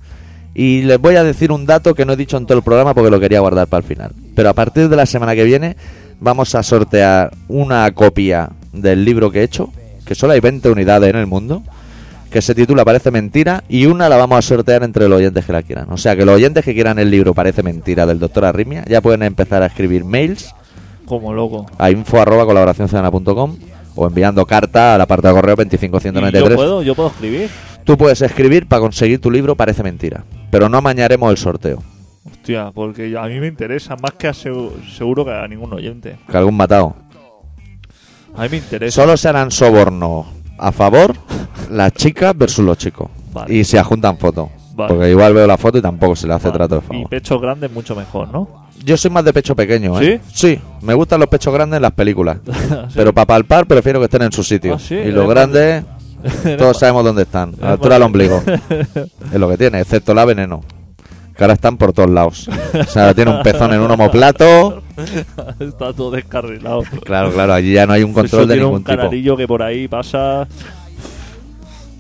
Speaker 1: Y les voy a decir un dato que no he dicho en todo el programa porque lo quería guardar para el final. Pero a partir de la semana que viene vamos a sortear una copia del libro que he hecho, que solo hay 20 unidades en el mundo, que se titula Parece Mentira, y una la vamos a sortear entre los oyentes que la quieran. O sea que los oyentes que quieran el libro Parece Mentira del doctor Arrimia ya pueden empezar a escribir mails
Speaker 2: como loco.
Speaker 1: a info arroba colaboracionciudadana.com o enviando carta al apartado de correo
Speaker 2: ¿Y yo
Speaker 1: 25193.
Speaker 2: puedo, yo puedo escribir.
Speaker 1: Tú puedes escribir para conseguir tu libro Parece Mentira, pero no amañaremos el sorteo.
Speaker 2: Hostia, porque a mí me interesa más que a segu- seguro que a ningún oyente.
Speaker 1: Que algún matado.
Speaker 2: A mí me interesa.
Speaker 1: Solo serán soborno a favor las chicas versus los chicos.
Speaker 2: Vale.
Speaker 1: Y se adjuntan fotos.
Speaker 2: Vale.
Speaker 1: Porque igual veo la foto y tampoco se le hace
Speaker 2: Ah,
Speaker 1: trato de
Speaker 2: y
Speaker 1: favor.
Speaker 2: pechos grandes mucho mejor, ¿no?
Speaker 1: Yo soy más de pecho pequeño, ¿eh? Sí, me gustan los pechos grandes en las películas.
Speaker 2: Sí.
Speaker 1: Pero para palpar prefiero que estén en su sitio.
Speaker 2: Ah, sí,
Speaker 1: y
Speaker 2: eres
Speaker 1: los
Speaker 2: más-
Speaker 1: grandes,
Speaker 2: Eres
Speaker 1: todos
Speaker 2: más-
Speaker 1: sabemos dónde están. A la
Speaker 2: más-
Speaker 1: altura del ombligo. Es lo que tiene, excepto la veneno. Que ahora están por todos lados. O sea, tiene un pezón en un omoplato.
Speaker 2: Está todo descarrilado.
Speaker 1: Claro, claro, allí ya no hay un control
Speaker 2: Eso
Speaker 1: de
Speaker 2: tiene
Speaker 1: ningún
Speaker 2: un
Speaker 1: tipo.
Speaker 2: canarillo que por ahí pasa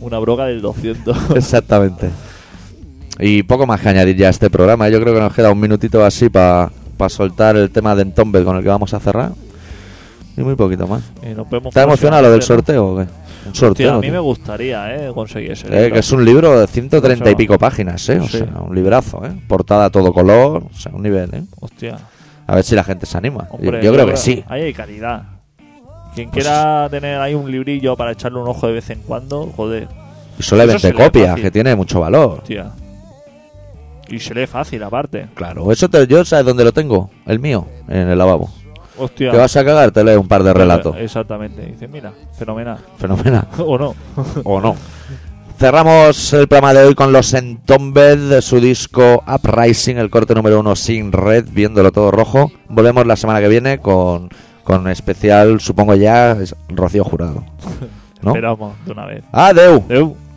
Speaker 2: una broca del 200.
Speaker 1: Exactamente. Y poco más que añadir ya a este programa. Yo creo que nos queda un minutito así para soltar el tema de Entombe con el que vamos a cerrar. Y muy poquito más.
Speaker 2: Y nos vemos
Speaker 1: ¿Está emocionado lo del
Speaker 2: próximamente,
Speaker 1: sorteo o qué? Un
Speaker 2: ¿no? Hostia,
Speaker 1: sorteo.
Speaker 2: a mí
Speaker 1: tío.
Speaker 2: me gustaría, ¿eh? Conseguir ese.
Speaker 1: Eh,
Speaker 2: libro.
Speaker 1: que es un libro de 130 y
Speaker 2: Eso.
Speaker 1: pico páginas, ¿eh? O
Speaker 2: Sí.
Speaker 1: sea, un librazo, ¿eh? Portada a todo color, o sea, un nivel, ¿eh?
Speaker 2: Hostia.
Speaker 1: A ver si la gente se anima.
Speaker 2: Hombre,
Speaker 1: yo, yo creo que sí.
Speaker 2: Ahí hay calidad. Quien
Speaker 1: Pues-
Speaker 2: quiera tener ahí un librillo para echarle un ojo de vez en cuando, joder,
Speaker 1: Y solo hay
Speaker 2: eso
Speaker 1: 20
Speaker 2: se lee
Speaker 1: copias,
Speaker 2: fácil.
Speaker 1: que tiene mucho valor.
Speaker 2: hostia. Y se lee fácil, aparte.
Speaker 1: Claro, eso te, yo sabes dónde lo tengo, el mío, en el lavabo.
Speaker 2: Hostia. eh.
Speaker 1: Te vas a cagar, te lees un par de relatos.
Speaker 2: Exactamente. Dice, mira, fenomenal.
Speaker 1: Fenomenal.
Speaker 2: o no.
Speaker 1: o no. Cerramos el programa de hoy con los Entombed de su disco Uprising, el corte número uno sin red, viéndolo todo rojo. Volvemos la semana que viene con, con especial, supongo ya, es Rocío Jurado. ¿No?
Speaker 2: Esperamos de una vez.
Speaker 1: Adeu.
Speaker 2: Eu.